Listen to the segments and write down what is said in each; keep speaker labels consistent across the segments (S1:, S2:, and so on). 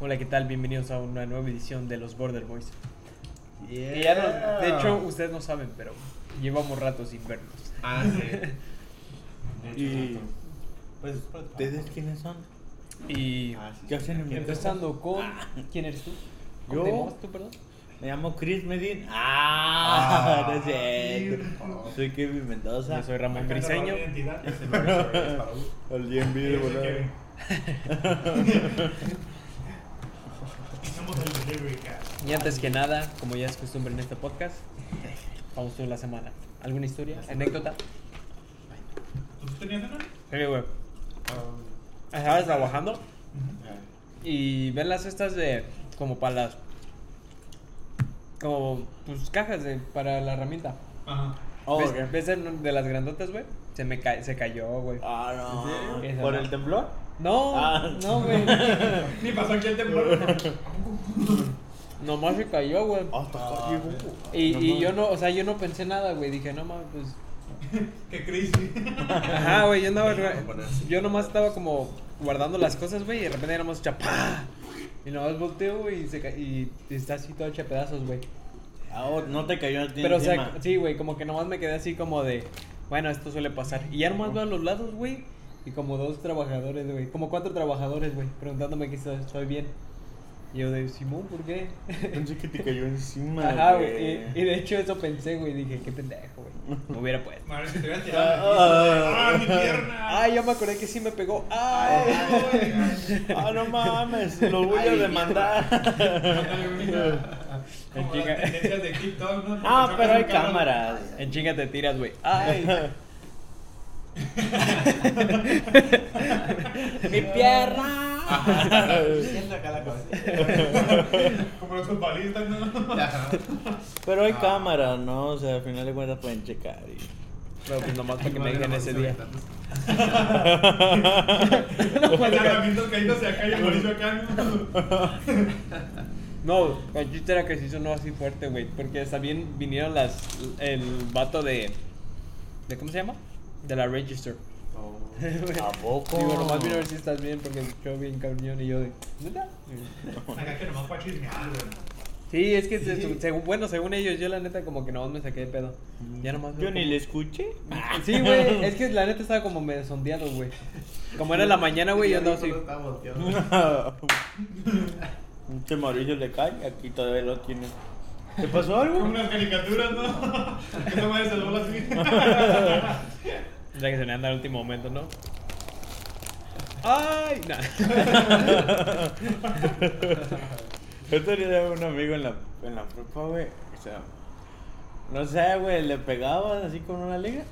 S1: Hola, ¿qué tal? Bienvenidos a una nueva edición de los Border Boys. Que ya no-
S2: Ah.
S1: de hecho, ustedes no saben, pero llevamos rato sin vernos.
S3: Ah, sí.
S4: Y
S3: Pues,
S4: ustedes quiénes son?
S1: Y
S4: ¿Qué hacen en mi casa?
S1: empezando con. ¿Quién eres tú?
S4: Yo.
S1: ¿Te llamas tú, perdón?
S4: Me llamo Chris Medin. Ah, no es cierto.
S5: sí.
S4: Soy Kevin Mendoza.
S1: Oh. Yo soy Ramón Briseño.
S4: El bien vivo, ¿verdad?
S5: Somos el delivery cat.
S1: Y antes que nada, como ya es costumbre en este podcast, vamos toda la semana. ¿Alguna historia? ¿Anécdota?
S5: ¿Tú tenías una?
S1: Anyway, estaba trabajando y ven las estas de. como para las. como. pues cajas de, para la herramienta.
S5: Ajá.
S4: Oh,
S1: ¿Ves,
S4: ok.
S1: ves el de las grandotas, güey? Se me ca- se cayó, güey.
S4: Ah,
S1: ¿En serio?
S4: no. ¿Por
S1: Esa
S4: el
S1: no.
S4: temblor?
S1: No,
S4: Ah.
S1: no, güey.
S5: Ni pasó aquí el temblor.
S1: Nomás se cayó, güey.
S4: Ah, güey.
S1: Y,
S4: No
S1: y yo
S4: mames.
S1: no, o sea, yo no pensé nada, güey. Dije, no mames, pues.
S5: Qué crisis.
S1: Ajá, güey, yo andaba. Yo nomás estaba como guardando las cosas, güey. Y de repente éramos chapá. Y nomás volteo, güey, y, se ca- y y está así todo hecho a pedazos, güey.
S4: Ah, oh, no te cayó a ti
S1: Pero, o sea,
S4: encima.
S1: sí, güey, como que nomás me quedé así como de, bueno, esto suele pasar. Y ya nomás veo a los lados, güey, y como dos trabajadores, güey, como cuatro trabajadores, güey, preguntándome que si estoy bien. Y yo de, Simón, ¿por qué?
S4: Pensé que te cayó encima.
S1: Ajá, güey. Y, y de hecho eso pensé, güey, dije, qué pendejo, güey. Me hubiera puesto.
S5: Madre, si te hubieras tirado.
S4: Ah.
S5: ¡Ah, mi pierna!
S1: Ay, ya me acordé que sí me pegó.
S5: Ay,
S1: Ay.
S5: ay, ay.
S4: Ah, no mames, lo voy a
S1: Ay,
S4: demandar.
S5: Ándale, mira. Como
S1: Chica.
S5: las tendencias de TikTok, ¿no?
S4: Ah, pero hay
S5: Chocan un carro.
S4: cámaras.
S1: En chinga te tiras, güey. Ay. Mi pierna.
S5: Como los futbolistas, ¿no?
S4: Pero hay cámaras, ¿no? O sea, al final de cuentas pueden checar. Y...
S1: Pero pues nomás para que me digan ese día.
S5: Pues Ya Ramito cayéndose acá y el Mauricio acá, ¿no?
S1: No, el chiste era que sí sonó así fuerte, güey. Porque hasta bien vinieron las. El vato de. ¿De cómo se llama? De la Register.
S4: ¿A poco?
S1: Digo, nomás vino a ver si estás bien porque yo bien cabrón y yo de. "¿Neta?".
S5: Acá que nomás para chismear, güey.
S1: Sí, es que se- según- bueno, según ellos, yo la neta como que nomás me saqué de pedo. Ya nomás. veo
S4: Yo ni
S1: como-
S4: le escuché.
S1: Sí, güey, es que la neta estaba como medio sondeado, güey. Como era la mañana, güey, yo andaba así.
S4: Este Mauricio le cae, aquí todavía lo tiene. ¿Te pasó algo?
S5: Como las caricaturas, ¿no? Que toma el celular así.
S1: Ya que se me anda al último momento, ¿no? ¡Ay! Nah.
S4: Yo tenía un amigo en la, en la prepa, güey. O sea, no sé, güey, le pegabas así con una liga.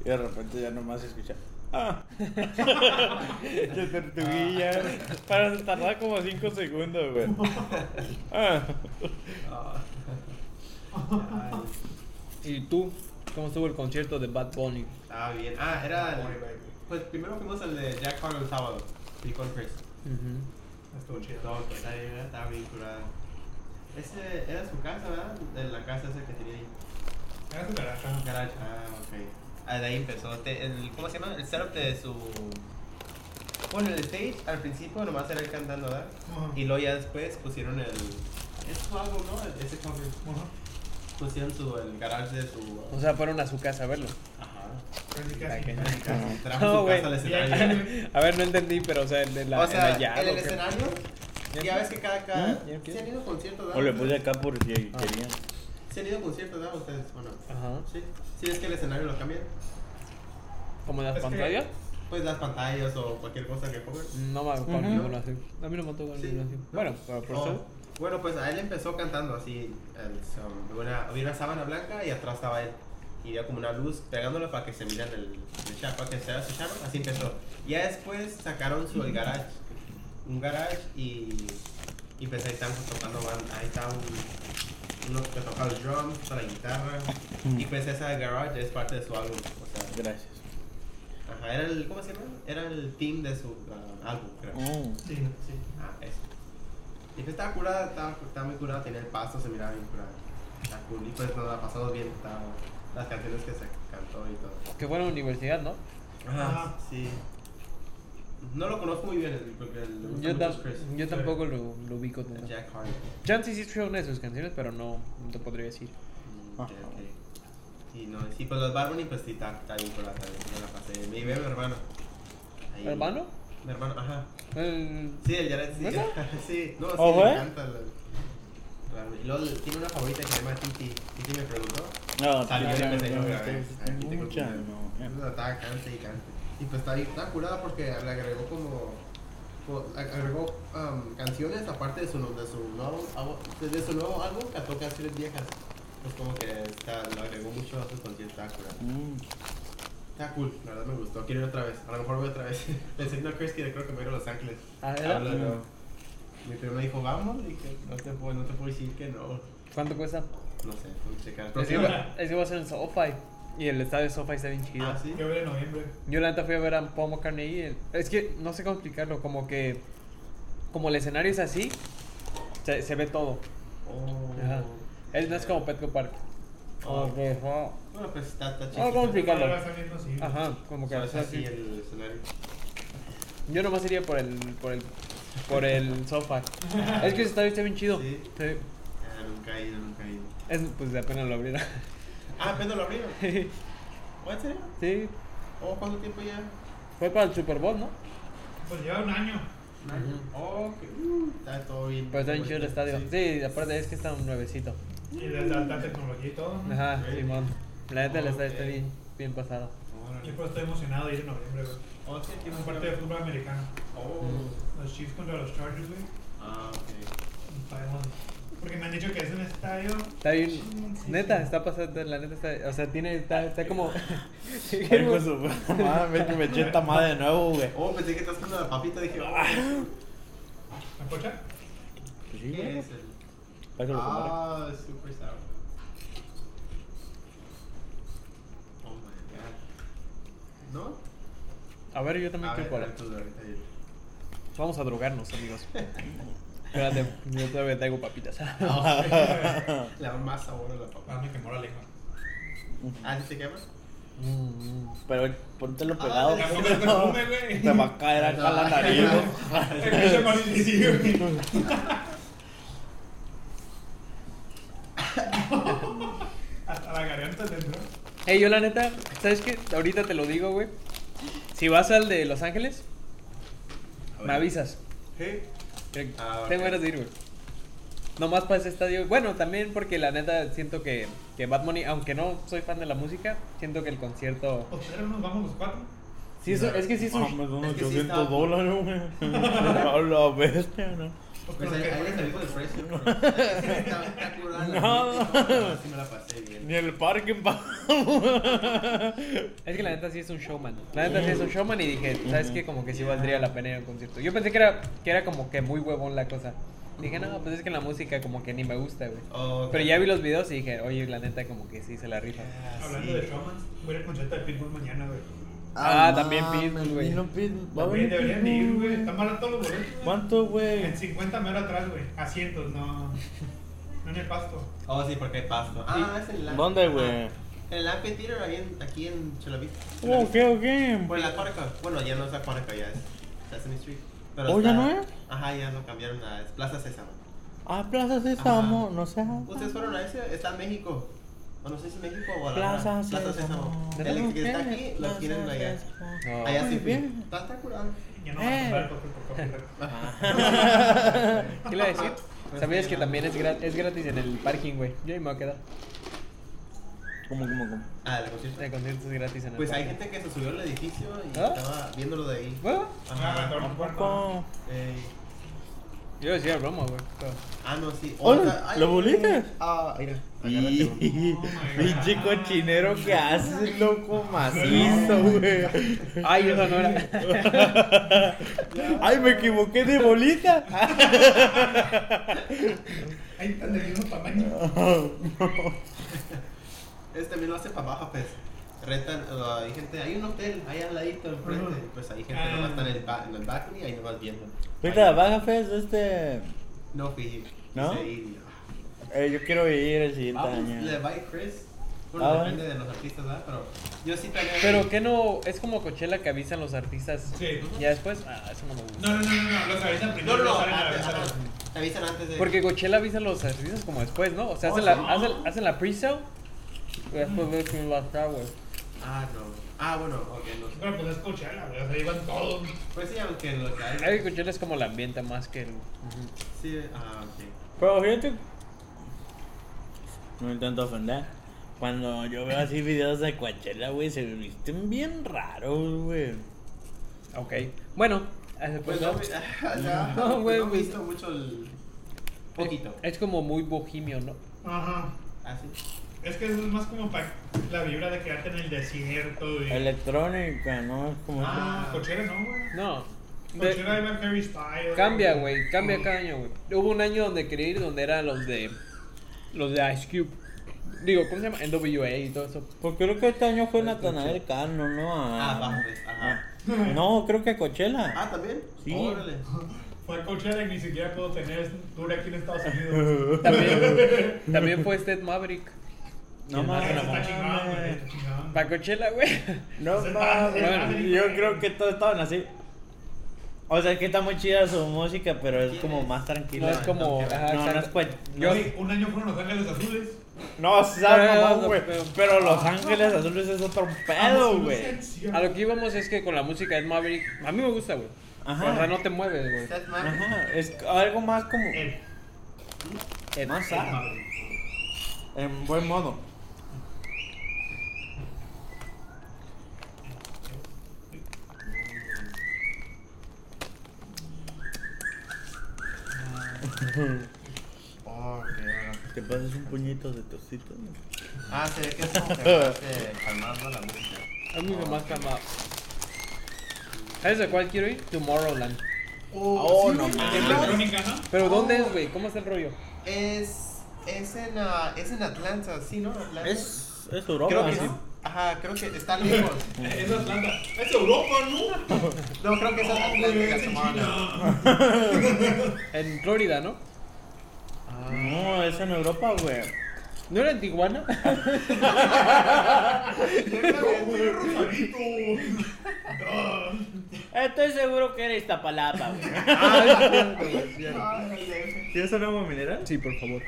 S4: Y de repente ya nomás escucha. ¡Ah! Qué tortuguilla. Para tardar como 5 segundos, güey. Ah.
S2: Ah,
S1: ¿Y tú? ¿Cómo estuvo el concierto de Bad Bunny?
S2: Ah, bien. Ah, era. el- Pues primero fuimos al de Jack Harlow el sábado. Y con Chris.
S5: Estuvo chido.
S2: No, que estaba bien, estaba bien curada. Ese era su casa, ¿verdad? De la casa esa que tenía ahí.
S5: Era tu caracha.
S2: Garage. Ah, ok. Ah, de ahí empezó. Te- el, ¿Cómo se llama? El setup de su. Bueno, el stage al principio nomás era él cantando, ¿verdad?
S5: Ajá.
S2: Y luego ya después pusieron el. Es su álbum, ¿no? El- Ese cover.
S5: Ajá.
S2: Pusieron su, el garage de su.
S1: O sea, fueron a su casa a verlo.
S2: Ajá.
S5: Casi,
S1: Ay,
S5: casi.
S1: que-
S5: casi, casi.
S2: Trajo
S1: No,
S2: su
S1: güey.
S2: casa al escenario.
S1: A ver, no entendí, pero o sea, el de la.
S2: o sea,
S1: el de allá,
S2: en el
S1: ¿o qué?
S2: escenario, ya ves que cada. cada
S4: ¿Mm?
S1: ¿Ya
S2: ¿Sí
S1: empieza?
S2: han ido a conciertos, ¿verdad?
S4: O le puse acá por si querían.
S2: ¿Sí han ido a conciertos, ¿verdad? Ustedes, ¿o no?
S1: Ajá.
S2: Sí. Sí, es que el escenario lo cambian.
S1: ¿Como en las
S5: Es que-
S1: pantallas?
S2: Pues las pantallas o cualquier cosa que pongan.
S1: No me acuerdo
S4: Ujú.
S1: ninguno así. A mí no me tocó
S2: Sí.
S1: ninguno así. Bueno, pero por
S2: Oh,
S1: eso.
S2: Bueno, pues a él empezó cantando así. el son- una, había una sábana blanca y atrás estaba él. Y había como una luz pegándolo para que se miran el, el chat, para que se vea su chapa. Así empezó. Ya después sacaron su el garage. Un garage y. Y pues ahí estaban tocando. ban- Ahí estaban uno que tocaba el drum, para la guitarra. Y pues esa garage es parte de su álbum. O sea,
S4: Gracias.
S2: ajá, era el. ¿Cómo se llama? Era el team de su ah, álbum, creo.
S4: Mm.
S5: Sí, sí.
S2: Ah, eso. Y pues estaba curada, estaba, estaba muy curada, tenía el pasto, se miraba bien curada. La cool, y pues nos la pasamos bien, estaba, las canciones que se cantó y todo.
S1: Que fue a la universidad, ¿no?
S5: Ajá.
S2: sí. No lo conozco muy bien, el, el, el-
S1: Yo,
S2: el-
S1: tam-
S2: Chris.
S1: yo tampoco lo, lo ubico
S2: El
S1: tanto.
S2: Jack Hardy.
S1: Chance sí escuché una de sus canciones, pero no, no te podría decir.
S2: Mm, ok, ok. Y no, sí, pues los Bad Bunny, pues sí, está, está bien con la también, me la pasé. Me llevé a mi hermano. Ahí-
S1: ¿Hermano?
S2: Mi hermano, ajá.
S1: El-
S2: Sí, el Jared, sí.
S1: ¿Neta?
S2: sí, no, sí,
S4: ¿Oh,
S2: me
S4: güey?
S2: encanta. la- la- y luego tiene una favorita que se llama Titi. Titi me preguntó.
S4: No,
S2: Salió
S4: tío,
S2: de
S4: no,
S2: pendejo,
S4: no,
S2: güey.
S4: es
S2: Aquí tengo
S4: mucha,
S2: que-
S4: no, eh.
S2: No, estaba cante y cante. Y pues está, bien- está curada porque le agregó como. como- ag- agregó um, canciones aparte de su, de su nuevo álbum. De su nuevo álbum, cató canciones viejas. Pues como que está, lo agregó mucho a su concierto, está curada.
S4: Mm.
S2: Está cool, la verdad me gustó. Quiero ir otra vez. A lo mejor voy otra vez. Le enseño a Chris que creo que me voy a Los Ángeles.
S1: Ah, ¿era?
S2: Habla, no. Mi primo me dijo, vamos. Dije, no te puedo, no te puedo decir que no.
S1: ¿Cuánto cuesta?
S2: No sé, tengo que checar.
S1: Es que, va, es que va a ser en SoFi. Y el estadio de SoFi está bien chido.
S2: Ah, sí.
S5: Que ver en noviembre.
S1: Yo la neta fui a ver a Paul McCartney. y el- Es que no sé cómo explicarlo, como que. Como el escenario es así, se, se ve todo.
S2: Oh.
S1: Ajá. Él no es como Petco Park.
S2: Oh.
S1: Como que, ajá.
S2: Bueno, pues está, está
S1: Ah, ¿cómo
S2: chiquito.
S1: explica? Explícalo.
S5: Ahora está bien posible.
S1: Ajá, como que.
S2: O sea, es
S1: así.
S2: así el escenario.
S1: Yo nomás iría por el. por el. por el SoFi. es que el estadio está bien chido.
S2: Sí.
S1: Sí.
S2: Ah, nunca he ido, nunca he ido.
S1: Es, pues apenas lo abrieron.
S2: Ah, pero lo abrieron. ¿O en serio?
S1: sí.
S2: ¿O cuánto tiempo ya?
S1: Fue para el Super Bowl, ¿no?
S5: Pues lleva un año.
S2: Oh, que. uh, está todo bien.
S1: Pero Pues está bien chido el estadio.
S2: Sí.
S1: Sí, aparte es que está un nuevecito.
S5: Y de la alta tecnología y todo.
S1: Ajá,
S2: Really?
S1: Simón. La neta, el
S2: Oh,
S1: estadio está
S2: Ah, ok.
S1: bien, bien pasado.
S5: Yo
S2: Órale.
S6: pues,
S5: por eso pues estoy emocionado de ir en noviembre, güey.
S2: Oh, sí, tiene
S5: Tiene
S2: un
S5: un
S2: par
S5: parte de fútbol americano.
S2: Oh.
S5: Los Chiefs contra los Chargers, güey.
S2: Ah, ok.
S5: Sabemos. Porque me han dicho que es un estadio.
S1: Está bien.
S5: Sí,
S1: Neta,
S5: sí.
S1: está pasando. La neta está. O sea, tiene. Está, está como.
S4: Ay, pues, su madre, me eché esta madre de nuevo, güey.
S2: Oh, pensé que estás con la papita, dije, ah,
S5: ¿Me escucha?
S4: Pues sí,
S2: ¿qué
S4: güey.
S2: es el?
S4: Para que lo compare.
S2: Ah, es super sour. Oh my god. ¿No?
S1: A ver, yo también
S2: A
S1: quiero
S2: ver,
S1: cola.
S2: ahorita- ahorita yo.
S1: Vamos a drogarnos, amigos. Espérate, yo todavía traigo papitas.
S2: La más sabor a la
S5: Ah,
S2: papá.
S5: me quemó la lengua.
S2: Ah, ¿sí ¿te quema?
S1: Mm, mm.
S4: Pero póntelo pegado.
S2: Ah,
S5: Tampoco es perfume, güey.
S4: Te va a caer acá la nariz, güey.
S5: El pinche marido, güey. Hasta la garganta te entró.
S1: Ey, yo la neta, ¿sabes qué? Ahorita te lo digo, güey. Si vas al de Los Ángeles, me avisas.
S2: Sí.
S1: Que-
S2: Ah, ok.
S1: Tengo ganas de ir, güey. Nomás para ese estadio. Bueno, también porque la neta siento que, que Bad Bunny, aunque no soy fan de la música, siento que el concierto.
S5: Pues pero nos vamos los cuatro.
S1: Sí, es, es que sí es un.
S4: Mames, unos
S2: es que sí
S4: 800
S2: está-
S4: dólares, güey. A la bestia, ¿no?
S5: Pues con
S2: Pues
S5: los
S2: ahí
S5: que-
S2: ahí le salimos del precio. pero- Está está curada la
S4: No.
S2: neta, Así me la pasé bien.
S4: Ni el parque
S1: Es que la neta sí es un showman. La neta sí es un showman y dije, ¿sabes qué? Como que sí valdría la pena ir a un concierto. Yo pensé que era, que era como que muy huevón la cosa. Dije, no, pues es que la música como que ni me gusta, güey.
S2: Oh,
S1: Pero ya vi los videos y dije, oye, la neta como que sí se la rifa.
S2: Ah,
S5: Hablando
S2: sí.
S5: de showmans, voy a ir al concierto de Pitbull mañana, güey.
S1: Ah, también Pitbull, güey.
S4: Vino Pitbull. Va a
S5: También
S4: venir
S5: deberían de ir,
S4: Pitbull.
S5: güey. Están baratos los boletos. güey.
S4: ¿Cuánto, güey?
S5: En 50 metros atrás, güey. A cientos, no. No en el pasto.
S2: Oh, sí, porque hay pasto. Ah, es el Lamp.
S4: ¿Dónde, güey?
S2: El Amphitheater ahí en- aquí en Chulavista.
S4: Oh, ok, ok.
S2: Por el Acuarca. Bueno, ya no es Acuarca, ya es Sesame Street.
S4: Oh, ¿ya
S2: está-
S4: no es?
S2: Ajá, ya lo cambiaron a es Plaza Sésamo.
S4: Ah, Plaza Sésamo, no sé.
S2: ¿Ustedes fueron a ese? Está en México. O no sé si es México o Guadalajara.
S4: Plaza
S2: Plaza
S4: Sésamo.
S2: El que está aquí, lo tienen allá.
S1: No.
S2: Allá sí
S4: Ah, Muy
S2: fui.
S4: bien.
S2: Está, está curado.
S5: Ya no van a
S4: Eh.
S5: comprar el papel por copyright.
S1: ¿Qué le iba a decir? ¿Sabías que también es, gra- es gratis en el parking, güey? Yo ahí me voy a quedar.
S4: ¿Cómo, cómo, cómo?
S2: Ah, el concierto.
S1: El concierto es gratis en el
S2: Pues hay
S1: parking.
S2: gente que se subió al edificio y
S1: ¿Ah?
S2: estaba viéndolo de ahí.
S1: Bueno,
S5: Ah,
S2: Ajá.
S5: cabrón, cuarto.
S4: ¿Cómo?
S2: Ey.
S1: yo decía broma, güey. pero-
S2: Ah, no, sí.
S4: Hola,
S2: Otra- ay,
S4: ¿lo voliste?
S2: Ah, mira. agárrate.
S4: Y pinche cochinero que haces, loco, macizo, güey.
S1: Ay, eso no era.
S4: Ay, me equivoqué de bolita.
S5: Ahí están del mismo tamaño.
S2: Este también lo hace para baja, pues. Rentan, uh, hay gente, hay un hotel ahí al ladito enfrente,
S5: Ujú.
S2: pues hay gente
S5: Ah.
S2: nomás está en el, ba- en el balcony, ahí nomás viendo.
S4: Vete a Baja Fest, este.
S2: No fui.
S4: ¿No?
S2: Quise ir y, ah,
S4: eh, yo quiero ir el siguiente
S2: Vamos,
S4: año.
S2: le va a ir Chris. Bueno,
S4: Ah,
S2: depende de los artistas, ¿verdad? Pero yo sí planeaba.
S1: Pero que no, es como Coachella que avisan los artistas.
S5: Sí.
S1: Ya después, ah, eso no me gusta.
S5: No, no, no, no, no, los avisan
S2: No,
S5: primero.
S2: no, no.
S5: salen a la
S2: antes,
S5: ventana.
S2: ajá, Te avisan antes de.
S1: Porque Coachella avisa a los artistas como después, ¿no? O sea,
S2: Oh,
S1: hacen
S2: sí.
S1: la, hacen, hacen la pre-show y después ves en la tower.
S2: Ah, no. Ah, bueno, ok, no sé.
S5: Pero pues es Coachella, güey, o sea, iban todos.
S2: Pues sí, aunque lo que
S1: Creo
S2: hay.
S1: que Coachella es como la ambienta más que el...
S2: Sí, ah, ok.
S4: Pero fíjate. No me intento ofender. Cuando yo veo así videos de Coachella, güey, se visten bien raros, güey.
S1: Ok. Bueno, hace
S2: Pues
S1: pues,
S2: no,
S1: ¿no?
S2: no,
S1: No,
S2: no,
S1: güey, Eh,
S2: he
S1: güey.
S2: visto mucho el. Poquito. Ah,
S1: Es como muy bohemio, ¿no?
S5: Ajá.
S6: eh.
S2: Así.
S5: Es que es más como para la vibra de quedarte en el desierto y.
S4: Electrónica, ¿no? Es como.
S5: Ah, Coachella no, güey.
S1: No. De-
S5: Coachella iba Harry Styles. Pues,
S1: Cambia, güey, cambia cada año, güey. Hubo un año donde quería ir donde eran los de los de Ice Cube. Digo, ¿cómo se llama? NWA y todo eso.
S4: Pues creo que este año fue Natanael Cano, ¿no? A-
S2: Ah, Bajes, ajá.
S4: No, creo que a Coachella.
S2: Ah, también.
S4: Sí.
S2: Órale.
S5: Fue a Coachella y ni siquiera puedo tener dura aquí en Estados Unidos.
S1: También, también fue Sted Maverick.
S4: no
S5: Ah,
S4: mames.
S5: eso está chingado, güey. Está chingado.
S1: Para Coachella, güey.
S4: No
S5: Eso está-
S4: mames.
S1: Bueno,
S4: yo creo que todos estaban así. O sea, es que está muy chida su música, pero es como más tranquila.
S1: No es como. ajá,
S4: No, no es
S1: exacto.
S4: Coachella.
S1: Yo-
S5: Güey, un año fueron Los Ángeles Azules.
S4: No, sabe,
S1: Pero-
S4: mamón, güey.
S1: pero-
S4: Pero Los Ángeles Azules es otro pedo, güey.
S1: A lo que íbamos es que con la música de Maverick. A mí me gusta, güey.
S4: Ajá.
S1: O sea, no te mueves, güey.
S2: Seth Maverick.
S4: Ajá, es algo más como.
S5: El-
S4: Más
S5: el
S4: sad,
S5: Maverick.
S4: En buen modo.
S2: Oh, qué
S4: Te pasas un puñito de tostito.
S2: Ah, se ve que es como que hace calmando la música.
S1: Es muy más calmado. ¿Sabes a cuál quiero ir? Tomorrowland.
S4: Oh, no
S5: Es
S4: mames.
S5: electrónica, ¿no?
S1: Pero ¿dónde es, güey? ¿Cómo está el rollo?
S2: Es. Es en, ah, es en Atlanta, sí, ¿no? Atlanta.
S4: Es, es Europa,
S2: Creo que
S4: ¿no?
S2: sí. Ajá, creo que está lejos.
S5: Es Atlanta. Es Europa, ¿no?
S2: No, creo que Oh, es
S5: No, güey, es en
S2: Atlanta.
S5: China.
S1: En Florida, ¿no?
S4: No, es en Europa, güey.
S1: ¿No era en Tijuana?
S2: Oh,
S5: No, güey, Rosarito. Ah.
S4: Estoy seguro que era Iztapalapa, güey.
S2: Ah,
S4: ¿Tienes un agua mineral?
S1: sí, por favor.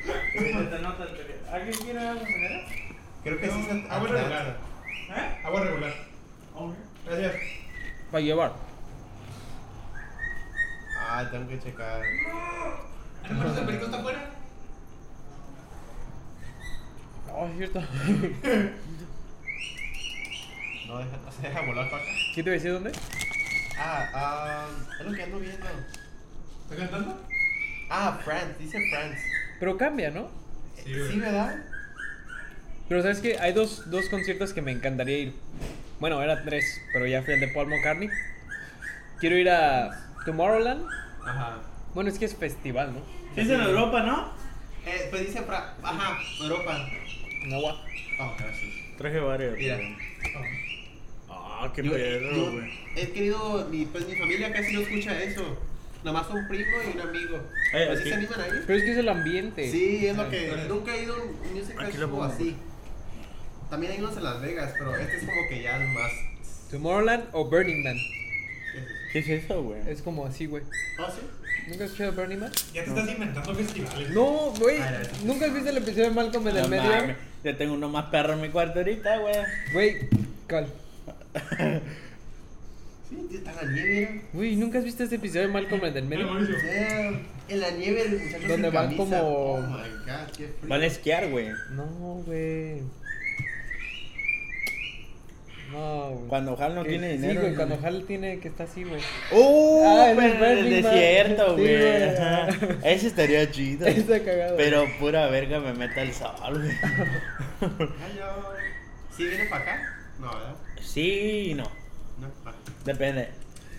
S4: ¿Alguien quiere agua mineral?
S2: Creo que sí es en
S5: Agua regular.
S2: Atlanta.
S5: ¿Eh? Agua regular. Gracias.
S1: Para llevar.
S2: Ah, tengo que checar.
S5: Hermanos, ¿el perico está afuera?
S1: Oh, es cierto.
S2: No, deja, no se deja volar para acá.
S1: ¿Qué te voy a decir dónde?
S2: Ah, ah, es lo que ando viendo.
S5: ¿Está cantando?
S2: Ah, France, dice France.
S1: Pero cambia, ¿no?
S5: Sí,
S2: ¿Sí,
S5: güey.
S2: verdad?
S1: Pero sabes que hay dos, dos conciertos que me encantaría ir. Bueno, eran tres, pero ya fui al de Paul McCartney. Quiero ir a Tomorrowland.
S2: Ajá.
S1: Bueno, es que es festival, ¿no?
S4: Es en Europa, ¿no?
S2: Eh, pues dice Fra... Ajá, Europa.
S1: No va.
S2: Oh, gracias.
S4: Traje varios.
S2: Mira.
S4: güey. Ah, qué
S2: Yo- yo
S4: perro, güey.
S2: He querido... Mi, pues mi familia casi no escucha eso. Nomás un primo y un amigo.
S4: Eh,
S2: ¿Pero sí
S4: aquí.
S2: se animan ahí?
S1: Pero es que es el ambiente.
S2: Sí, es lo
S5: Ajá.
S2: que... Nunca he ido a un music
S4: Aquí
S2: festival
S4: lo pongo.
S2: así. También hay unos en Las Vegas, pero este es como que ya es más...
S1: Tomorrowland o Burning Man.
S2: ¿Qué es eso?
S4: ¿Qué es eso, güey?
S1: Es como así, güey.
S2: ¿Oh, sí?
S1: ¿Nunca has escuchado Burning Man?
S5: Ya te estás inventando festivales.
S1: No, güey.
S4: Ah,
S2: Ay, la verdad.
S1: ¿Nunca has visto el episodio de Malcolm en
S4: No
S1: el medio?
S4: mames, Yo tengo uno más perro en mi cuarto ahorita, güey.
S1: Güey, cal.
S2: Sí, está la nieve.
S1: Güey, ¿nunca has visto este episodio de Malcolm en el
S5: Mira,
S1: medio?
S5: Mauricio.
S2: Damn, En la nieve el muchacho
S1: Donde
S2: sin
S1: van
S2: camisa.
S1: como-
S2: Oh my god, qué frío.
S4: Van a esquiar, güey.
S1: No, güey. No, güey.
S4: Cuando Hal no
S1: Que-
S4: tiene
S1: Sí,
S4: dinero.
S1: güey,
S4: güey.
S1: cuando Hal tiene que está así, güey.
S4: ¡Uh!
S1: Ah, es
S4: pero
S1: el
S4: en el
S1: Burning Man.
S4: desierto,
S1: Sí,
S4: güey.
S1: güey.
S4: Ajá. Ese estaría chido.
S1: Está cagado.
S4: Pero pura verga me meta el sol, güey.
S2: Ay, yo- ¿Sí viene para acá? No, ¿verdad?
S4: Sí y no.
S2: No. ah.
S4: Depende.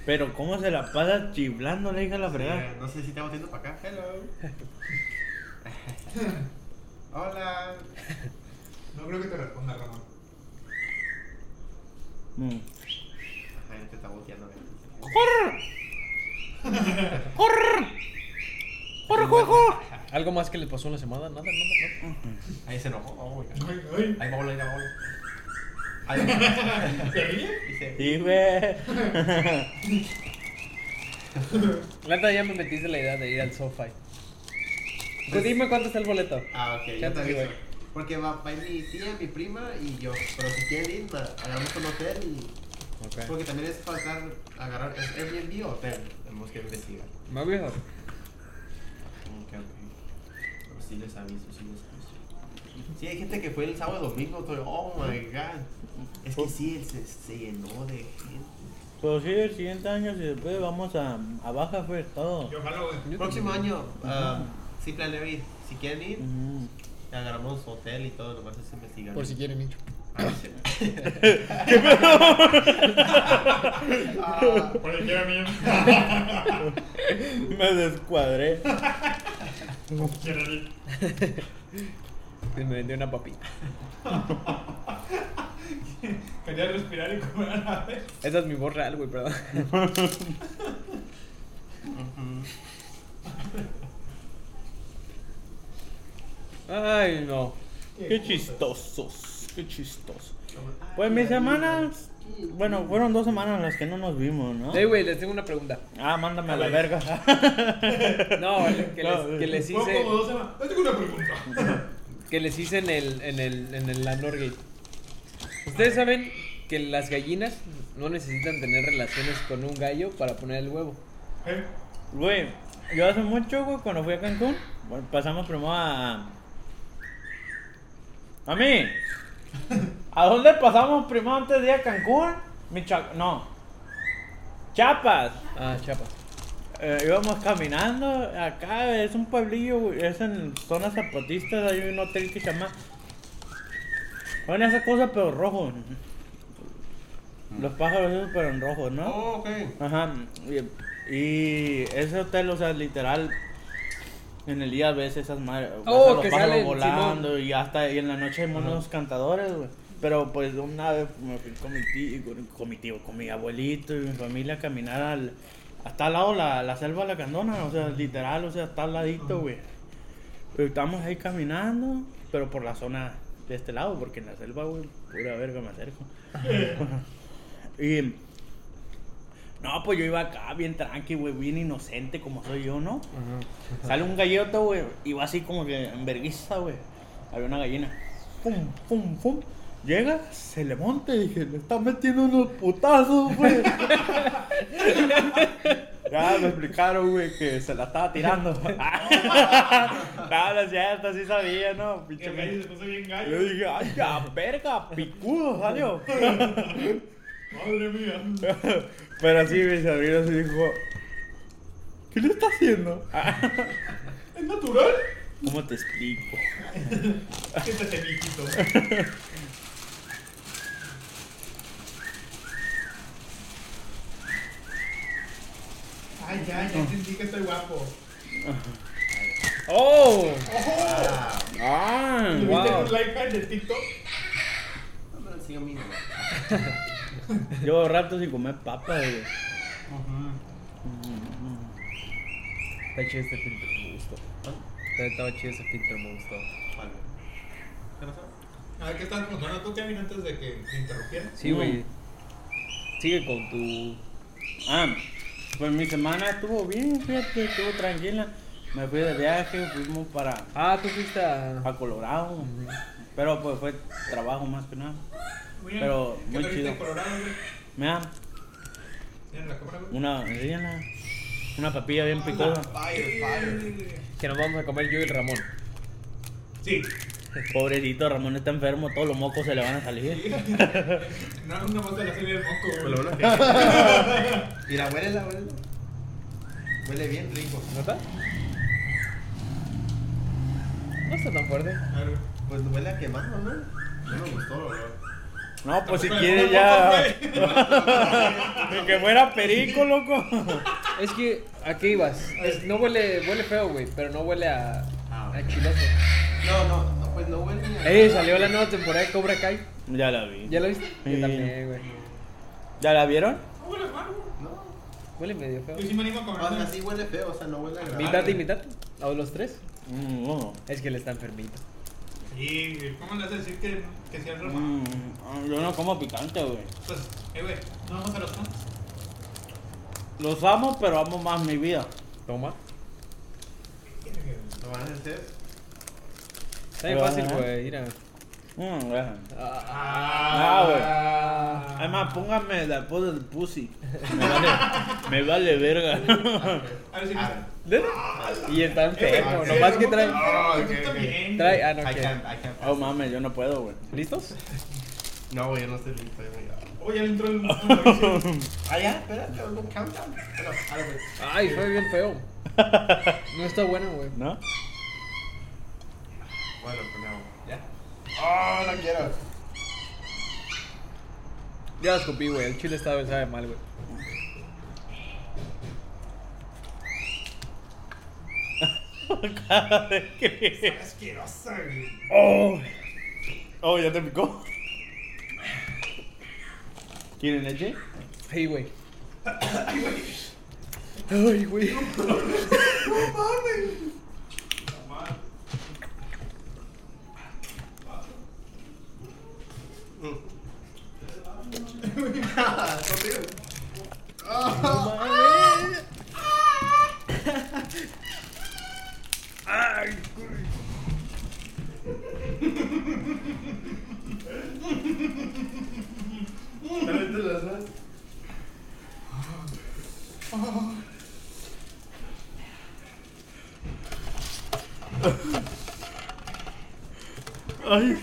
S4: Pero cómo se la pasa chiflando la hija de la
S2: Eh,
S4: fregada.
S2: no sé si estamos yendo para acá. Hello. Hola.
S5: No creo que te responda, Ramón.
S4: Mm.
S2: La gente está volteando. ¿verdad?
S4: ¡Corre, corre, corre!
S1: ¿Algo más que les pasó en la semana? Nada, nada, nada.
S2: Ahí se enojó. oh, güey.
S5: Ay, ay.
S2: Ahí va a volar, ahí va a volar. Ahí va.
S5: ¿Se ríe?
S2: Dice,
S4: Y güey.
S1: La neta ya me metiste la idea de ir al SoFi. Pues dime cuánto está el boleto.
S2: ah, ok,
S1: Ya
S2: yo
S1: te
S2: te
S1: digo,
S2: aviso.
S1: güey.
S2: Porque va, va a ir mi tía, mi prima y yo. Pero si quieren ir, ma, agarramos un hotel y...
S1: Ok.
S2: Porque también es faltar agarrar... ¿Es Airbnb o hotel? Tenemos que investigar.
S1: ¿Me viejo?
S2: Ok, ok. Pero Sí les aviso, sí les aviso. pues. Sí, hay gente que fue el sábado domingo, todo, oh my god. Es que sí, él se, se llenó de gente.
S4: Pues sí, el siguiente año, si después vamos a, a Baja Fue todo.
S5: Yo jalo, güey.
S2: Próximo año, ah, sí planeo ir. Si quieren ir,
S4: Ujú.
S2: agarramos hotel y todo, nomás es investigar.
S1: Por si quieren ir.
S2: Ah, sí. Ah,
S5: Oye, quiero bien.
S4: Me descuadré.
S5: Quiero ir.
S1: Y me vendió una papita.
S5: Quería respirar y comer a la vez.
S1: Esa es mi voz real, güey, perdón. Ay, no.
S4: Qué chistosos, qué chistosos. Pues mis semanas, bueno, fueron dos semanas en las que no nos vimos, ¿no?
S1: Ey, güey, les tengo una pregunta.
S4: Ah, mándame a la verga.
S1: No, que les, que les
S5: Fue
S1: hice,
S5: como dos semanas. Yo tengo una pregunta.
S1: que les hice en el, en el, en el Anorgate. Ustedes saben que las gallinas no necesitan tener relaciones con un gallo para poner el huevo.
S5: ¿Eh?
S4: Güey, yo hace mucho, güey, cuando fui a Cancún, bueno, pasamos primero a. A mí. ¿A dónde pasamos primero antes de ir a Cancún? Michoacán, no. Chiapas.
S1: Ah, chapas.
S4: Eh, íbamos caminando acá, es un pueblillo, güey, es en zonas zapatistas, hay un hotel que se llama... Bueno, esa cosa pero rojo. Los pájaros esos pero en rojo, ¿no?
S2: oh, ok.
S4: Ajá. Y, y ese hotel, o sea, literal, en el día ves esas madres,
S1: Oh,
S4: los
S1: que
S4: pájaros
S1: salen,
S4: volando y hasta y en la noche hay unos cantadores, güey. Pero pues una vez me fui con mi tío, con, con mi tío, con mi abuelito y mi familia a caminar al, hasta al lado la, la selva de la candona, o sea, literal, o sea, hasta al ladito, güey. Pero estamos ahí caminando, pero por la zona de este lado, porque en la selva, güey, pura verga me acerco. y no, pues yo iba acá bien tranqui, güey, bien inocente como soy yo, ¿no? Sale un galloto, güey, y va así como que en verguiza, güey. Había una gallina. Pum, pum, pum. Llega, se le monta y dije, le está metiendo unos putazos, güey. ya me explicaron, güey, que se la estaba tirando. no, no es cierto, sí sabía, ¿no? Pinche
S5: Que me
S4: me-
S5: dice, puse bien
S4: Yo
S5: gallo.
S4: dije, ay, la verga, picudo, salió.
S5: Madre mía.
S4: Pero sí, mi sobrino se dijo, ¿qué le está haciendo?
S5: ¿Es natural?
S4: Ah, ¿Cómo te explico?
S5: Siéntate, mijito. Ay, ya, ya entendí que estoy guapo.
S1: ¡Oh!
S5: ¡Ojo!
S2: Ah,
S4: Ah,
S5: ¿Le viste
S1: wow.
S5: un like en el TikTok?
S2: no me lo enseñó mi mamá.
S4: Llevo rato sin comer papa, güey.
S1: Está chido este filtro, me gustó. Estaba chido ese filtro, me gustó.
S2: Vale. ¿Qué pasó?
S5: A ver, Ah, ¿qué estabas preguntando tú, Kevin, antes de que te interrumpieras?
S1: Sí, güey. Sigue con tu.
S4: Ah, pues mi semana estuvo bien, fíjate, estuvo tranquila. Me fui de viaje, fuimos para,
S1: Ah, tú fuiste a.
S4: a Colorado. Pero pues fue trabajo más que nada.
S5: Muy bien.
S4: Pero,
S5: ¿Qué
S4: muy
S5: te viste
S4: chido.
S5: en Colorado, güey?
S4: Mira,
S5: Mira en la cámara, güey. Ah,
S4: una, enséñala. una papilla bien picosa.
S2: Fire, fire.
S1: Que nos vamos a comer yo y el Ramón.
S5: Sí.
S4: Pobrecito, Ramón está enfermo, todos los mocos se le van a salir.
S5: No, no más de la serie del
S2: Por
S5: moco,
S2: lo
S5: güey.
S2: menos que... Mira, huélela, huélela. Huele bien rico.
S1: ¿No está? No está tan fuerte.
S5: A ver, güey.
S2: Pues huele a quemado, ¿no? No me gustó, ¿no?
S4: No, pues si
S5: Tampoco le
S4: quieres
S5: pongan
S4: ya.
S5: mocos, güey.
S4: Ni que fuera perico, loco.
S1: Es que, ¿a qué ibas? Es- no huele, huele feo, güey, pero no huele a.
S2: Ah, ok.
S1: a chiloso.
S2: No, no, no, pues no huele ni a...
S1: Eh, salió la nueva temporada de Cobra Kai.
S4: Ya la vi.
S1: ¿Ya lo viste?
S4: Sí.
S1: Yo también, güey.
S4: ¿Ya la vieron?
S5: No huele mal, güey.
S2: No.
S1: Huele medio feo.
S5: Yo sí me animo a
S2: O sea,
S5: comer.
S2: sí huele feo, o sea, no huele agradable.
S1: Mitad y mitad. ¿A los tres?
S4: Mm, no.
S1: Es que él está enfermito.
S5: Sí, güey, ¿cómo le vas a decir que, que sea Roma?
S4: Mm, yo no como picante, güey.
S5: Pues, eh, güey, no vamos a los puntos.
S4: Los amo, pero amo más mi vida.
S1: Toma.
S2: ¿Lo van a hacer?
S1: Está bien
S4: Pero,
S1: fácil,
S4: ajá.
S1: güey. Mira.
S4: Mm, güey.
S1: Ah,
S5: Ah,
S4: güey.
S5: ah.
S4: Además, póngame el apodo del pussy. Me vale, me vale verga.
S5: A ver si Eh,
S2: Ah,
S1: ¿de- Y está enfermo.
S2: ok.
S1: Nomás que trae.
S5: Ah,
S2: ok,
S5: ok,
S2: ok.
S5: ok.
S1: Trae. Ah, no,
S2: I
S1: que.
S2: can't, I can't.
S4: Oh, mames, yo no puedo, güey.
S1: ¿Listos?
S2: No, güey, yo no estoy listo. güey.
S5: Oye, Oh, ya entró el. Mauricio.
S2: Ah, ya, espérate, hago un countdown. Bueno, ahora, güey.
S1: Ay, fue bien feo. No está bueno, güey.
S4: ¿No?
S2: Bueno, pues no. Ya. Oh, no quiero.
S1: Ya lo escupí, güey. El chile estaba sabe mal, güey.
S5: Está asquerosa, güey.
S4: Oh, oh ya te picó. ¿Quieren leche?
S1: Sí, güey. Ay, güey.
S4: Ay.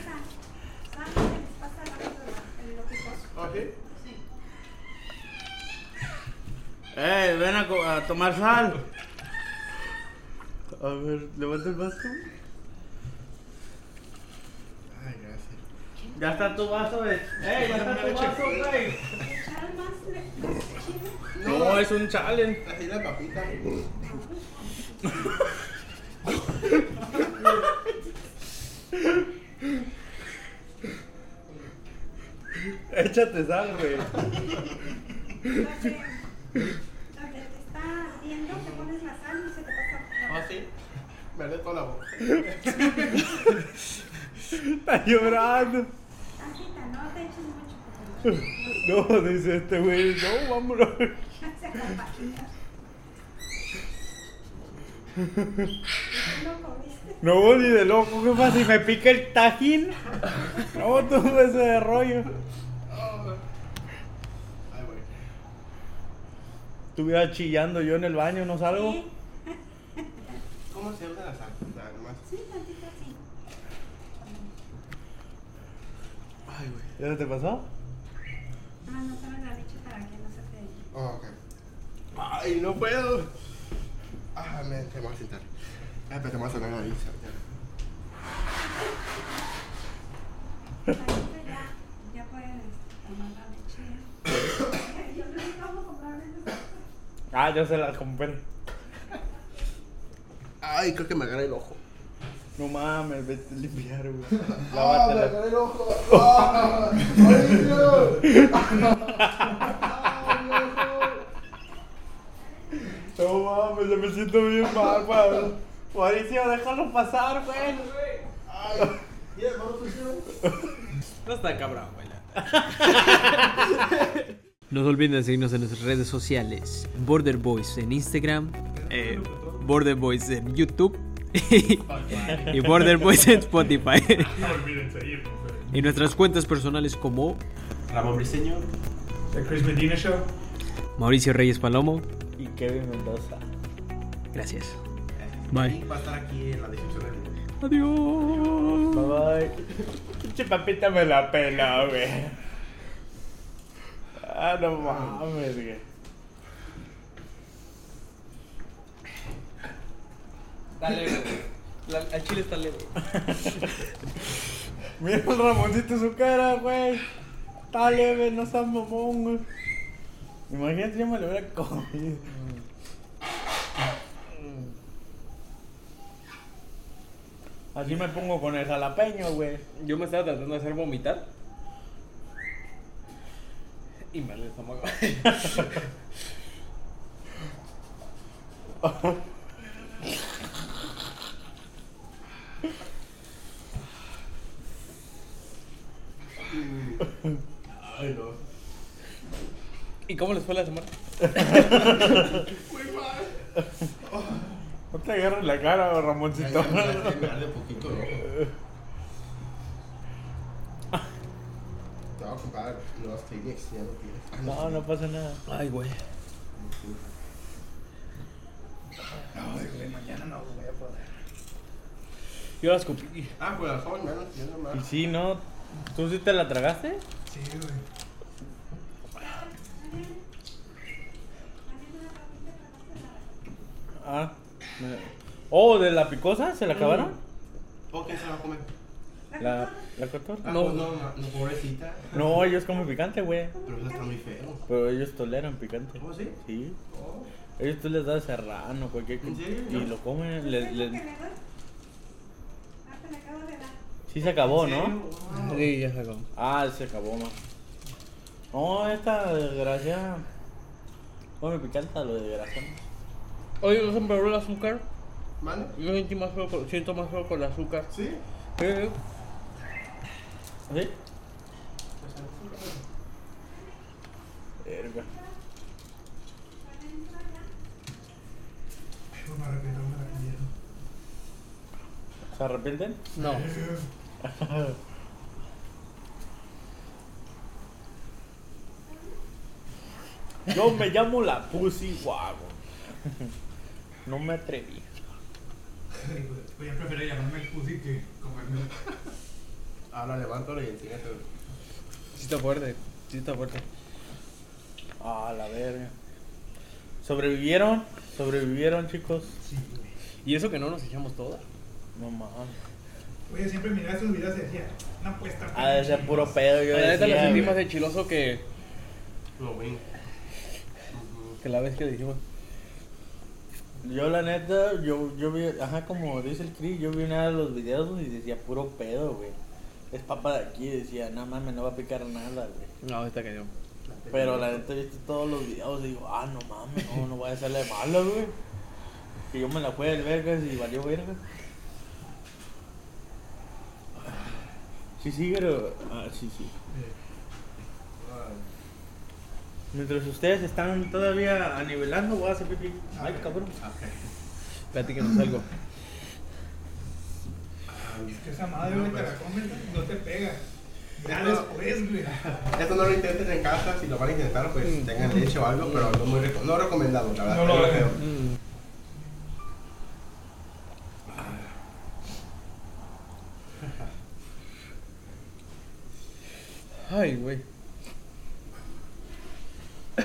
S4: ¡Ey, ven a, co- a tomar sal! A ver, levanta el vaso.
S2: Ay, gracias.
S4: Ya está tu vaso, güey. ¡Ey, ya está tu vaso, güey! No, es un challenge.
S2: Así la papita. güey.
S4: Échate sal, güey.
S2: Ah, sí. Me arde toda la boca.
S4: Está llorando. No, dice este güey. No, vámonos. No, ni de loco, ¿qué pasa? Si me pica el tajín. No, todo ese de rollo.
S2: Ay, güey.
S4: Estuviera chillando yo en el baño, no salgo.
S2: ¿Cómo se llama la sal? O sea, nomás. Ay, güey.
S4: ¿Ya se te pasó?
S2: Oh, ok. Ay, no puedo. Ah, me, te voy a sentar. Ah, pero te voy a sonar la nariz. ahorita.
S4: Ah, yo se la compré.
S2: Ay, creo que me agarré el ojo.
S4: No mames, vete a limpiar, güey.
S2: Ah, me
S4: Lávatela.
S2: agarré el ojo. Ah, ay, Dios.
S4: No mames, yo me siento bien mal, güey. Mauricio, déjalo pasar, güey.
S2: Ay, mira, vamos a hacer-
S1: No está cabrón, güey. No se olviden de seguirnos en nuestras redes sociales. Border Boys en Instagram, eh, Border Boys en YouTube y Border Boys en Spotify.
S5: No olviden seguirnos, güey.
S1: y nuestras cuentas personales como
S2: Ramón Briseño.
S5: The Chris Medina Show.
S1: Mauricio Reyes Palomo.
S4: Y Kevin Mendoza.
S1: Gracias. Bye.
S2: Y Va a estar aquí en la descripción del video.
S1: Adiós.
S4: Bye bye. Pinche papita me la pela, güey. Ah, no mames, güey.
S1: Dale, al chile está leve.
S4: Mira el Ramoncito su cara, güey. Está leve, no seas mamón, güey. Imagínate, yo me lo hubiera comido. Así me pongo con el jalapeño, güey.
S1: Yo me estaba tratando de hacer vomitar. Y me el estómago.
S5: Ay, no.
S1: ¿Y cómo les fue la semana?
S5: Muy mal.
S4: No te agarres la cara,
S5: Ya,
S4: Ramoncito.
S5: ya, ya, ya, dale poquito, ¿no? Te voy a comprar nuevas Kleenex, ya no tienes. Ah,
S4: No, no pasa nada.
S1: Ay, güey.
S5: Ay, güey, mañana no voy a poder.
S1: Yo la escupí.
S5: Ah, pues la joven, menos, ya no
S4: Y
S5: más.
S4: sí, ¿no? ¿Tú sí te la tragaste?
S5: Sí, güey.
S4: Ah. me- Oh, ¿de la picosa? ¿Se la acabaron?
S5: ¿O qué se va a comer?
S4: ¿La, la cotorra?
S5: Ah,
S1: No.
S5: pues no, ma- no, pobrecita.
S4: No, ellos comen picante, güey.
S5: Pero eso está muy feo.
S4: Pero ellos toleran picante.
S5: ¿Cómo sí?
S4: Sí.
S5: Oh.
S4: Ellos tú les das serrano, cualquier
S5: ¿En
S4: cosa.
S5: serio?
S4: Y lo comen.
S3: ¿Le,
S4: Le, le-
S3: Ah, te la acabo de dar.
S4: Sí se acabó,
S5: ¿En
S4: ¿no?
S5: serio? Wow.
S1: Oh, Sí, ya se acabó.
S4: Ah, se acabó, man. No, esta desgracia. Come picante a lo desgracia.
S1: Oye, ¿no se me paró el azúcar?
S5: ¿Mande?
S1: Yo sentí más feo con- siento más feo con el azúcar.
S5: ¿Sí?
S1: Eh,
S4: ¿Sí?
S5: Pues, ah,
S4: Verga.
S5: Ay, pues, me arrepiento, me arrepiento.
S4: ¿Se arrepienten?
S1: No.
S4: Yo me llamo la Pussy Guago. No me atreví.
S5: Ay, güey, Voy a preferir llamarme Pussy que comerme.
S2: Ahora levántalo y enséñate.
S1: Sí está fuerte. Sí está fuerte.
S4: Ah, la verga. ¿Sobrevivieron? ¿Sobrevivieron, chicos?
S5: Sí, güey.
S1: ¿Y eso que no nos echamos todas?
S4: No mames.
S6: Oye, siempre miraba sus videos y decía, no pues tampoco.
S4: Ah, ese puro pedo. Yo
S1: la neta la
S4: decía,
S1: sentí
S4: güey.
S1: más de chiloso que,
S2: Lo ven.
S1: que la vez que le dijimos.
S4: Yo la neta, yo, yo vi, ajá, como dice el Chris, yo vi una de los videos güey, y decía puro pedo, güey. Es papa de aquí, decía, no mames, no va a picar nada, güey.
S1: No, está cañón.
S4: Pero la neta viste todos los videos y digo, ah, no mames, no, no voy a hacerle malo, güey. Que yo me la juegue el vergas y valió verga. Sí, sí, pero, ah, sí, sí. Mientras ustedes están todavía anivelando, voy a hacer pipí. Ay, cabrón.
S1: Platíquenos algo.
S6: Es que esa madre, güey, te la comes, güey, no te pega. Ya después, güey.
S2: Esto no lo intentes en casa, si lo van a intentar, pues
S1: Mm.
S2: tengan leche o algo, pero no, muy reco- no recomendado, la verdad.
S6: No lo
S2: Es
S6: hagan.
S2: feo.
S1: Mm. Ay, güey.
S5: Qué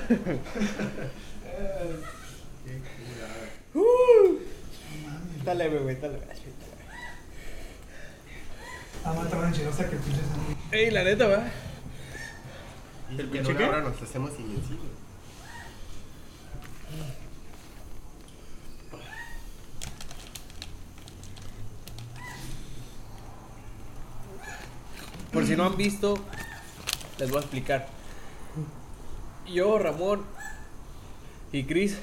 S5: curada.
S1: Está leve, güey, está leve.
S6: Está más tranchilosa que el pinche sándwich.
S1: Ey, la neta, va.
S2: Y
S4: ¿El
S2: en
S4: pinche
S2: una
S4: qué?
S2: hora nos hacemos invencibles.
S1: Por si no han visto, les voy a explicar. Yo, Ramón y Chris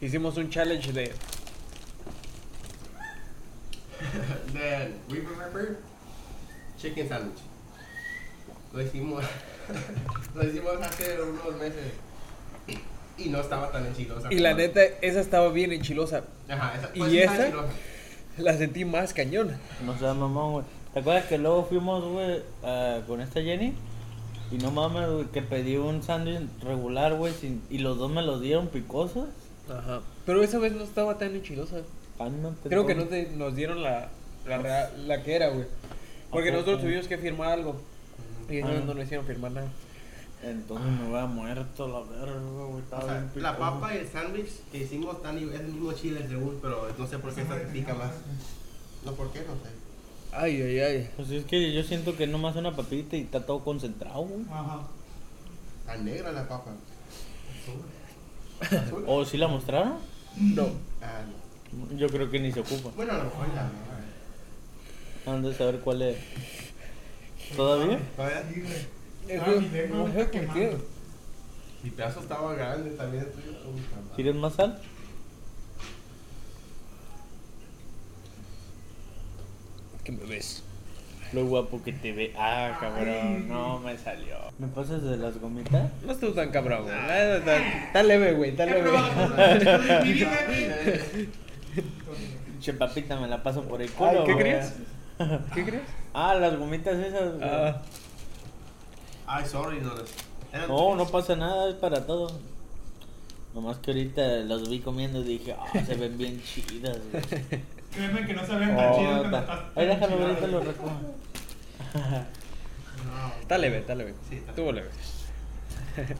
S1: hicimos un challenge de
S2: Then we remember chicken sandwich. Lo hicimos, lo hicimos hace unos meses y no estaba tan enchilosa.
S1: y la
S2: como-
S1: neta esa estaba bien enchilosa.
S2: Ajá, esa, pues,
S1: ¿Y
S2: sí estaba
S1: esa?
S2: enchilosa.
S1: La sentí más cañona.
S4: No seas mamón, güey. ¿Te acuerdas que luego fuimos, güey, a- con esta Jenny? Y no mames, güey, que pedí un sándwich regular, güey, sin- y los dos me los dieron picosos.
S1: Ajá. Pero esa vez no estaba tan enchilosa.
S4: Ah, no te
S1: Creo que no
S4: tomes.
S1: te- nos dieron la, la, rea- la que era, güey. Porque
S4: ¿A poco?
S1: nosotros tuvimos que firmar algo. Y
S4: Ah.
S1: no, no nos hicieron firmar nada.
S4: Entonces me hubiera muerto la verga, güey.
S2: O
S4: estaba
S2: sea,
S4: bien
S2: la
S4: picoso.
S2: papa y el sándwich que hicimos tan igual, es el mismo chile según, pero no sé por qué esta pica más. No, ¿por qué? No sé.
S1: Ay, ay, ay.
S4: Pues es que yo siento que nomás una papita y está todo concentrado, güey.
S6: Ajá.
S2: Tan negra la papa. Azul.
S4: ¿O sí la mostraron?
S1: No.
S2: Ah, no.
S4: Yo creo que ni se ocupa.
S2: Bueno, a lo mejor la
S4: Han de saber cuál es. ¿Todavía?
S2: ¿Todavía?
S6: Sí, güey.
S1: Eh,
S6: Ah,
S1: güey,
S6: mi lengua
S1: no
S6: me
S1: sé
S6: está
S1: por qué.
S6: quemando.
S2: Mi pedazo estaba grande también. el tuyo. Puta madre.
S4: ¿Quieres más sal? que me ves. Lo guapo que te ve. Ah, cabrón, no me salió. ¿Me pasas de las gomitas?
S1: No estuvo tan cabrón, güey. Está- está- Está leve, güey, está leve.
S4: Che, papita, me la paso por el culo.
S1: Ay, ¿Qué
S4: güey.
S1: crees? ¿Qué crees?
S4: Ah, las gomitas esas. güey.
S1: Ah,
S2: Ay, sorry, no les. eran
S4: No,
S2: tres.
S4: no pasa nada, es para todo. Nomás que ahorita los vi comiendo y dije, ah, se ven bien chidas, güey.
S6: Créeme que no se ven tan chidos cuando estás.
S4: Oh, Ahí déjalo,
S6: enchilado.
S4: ahorita lo recojo.
S1: está leve, está leve.
S2: Sí, está
S1: Estuvo leve.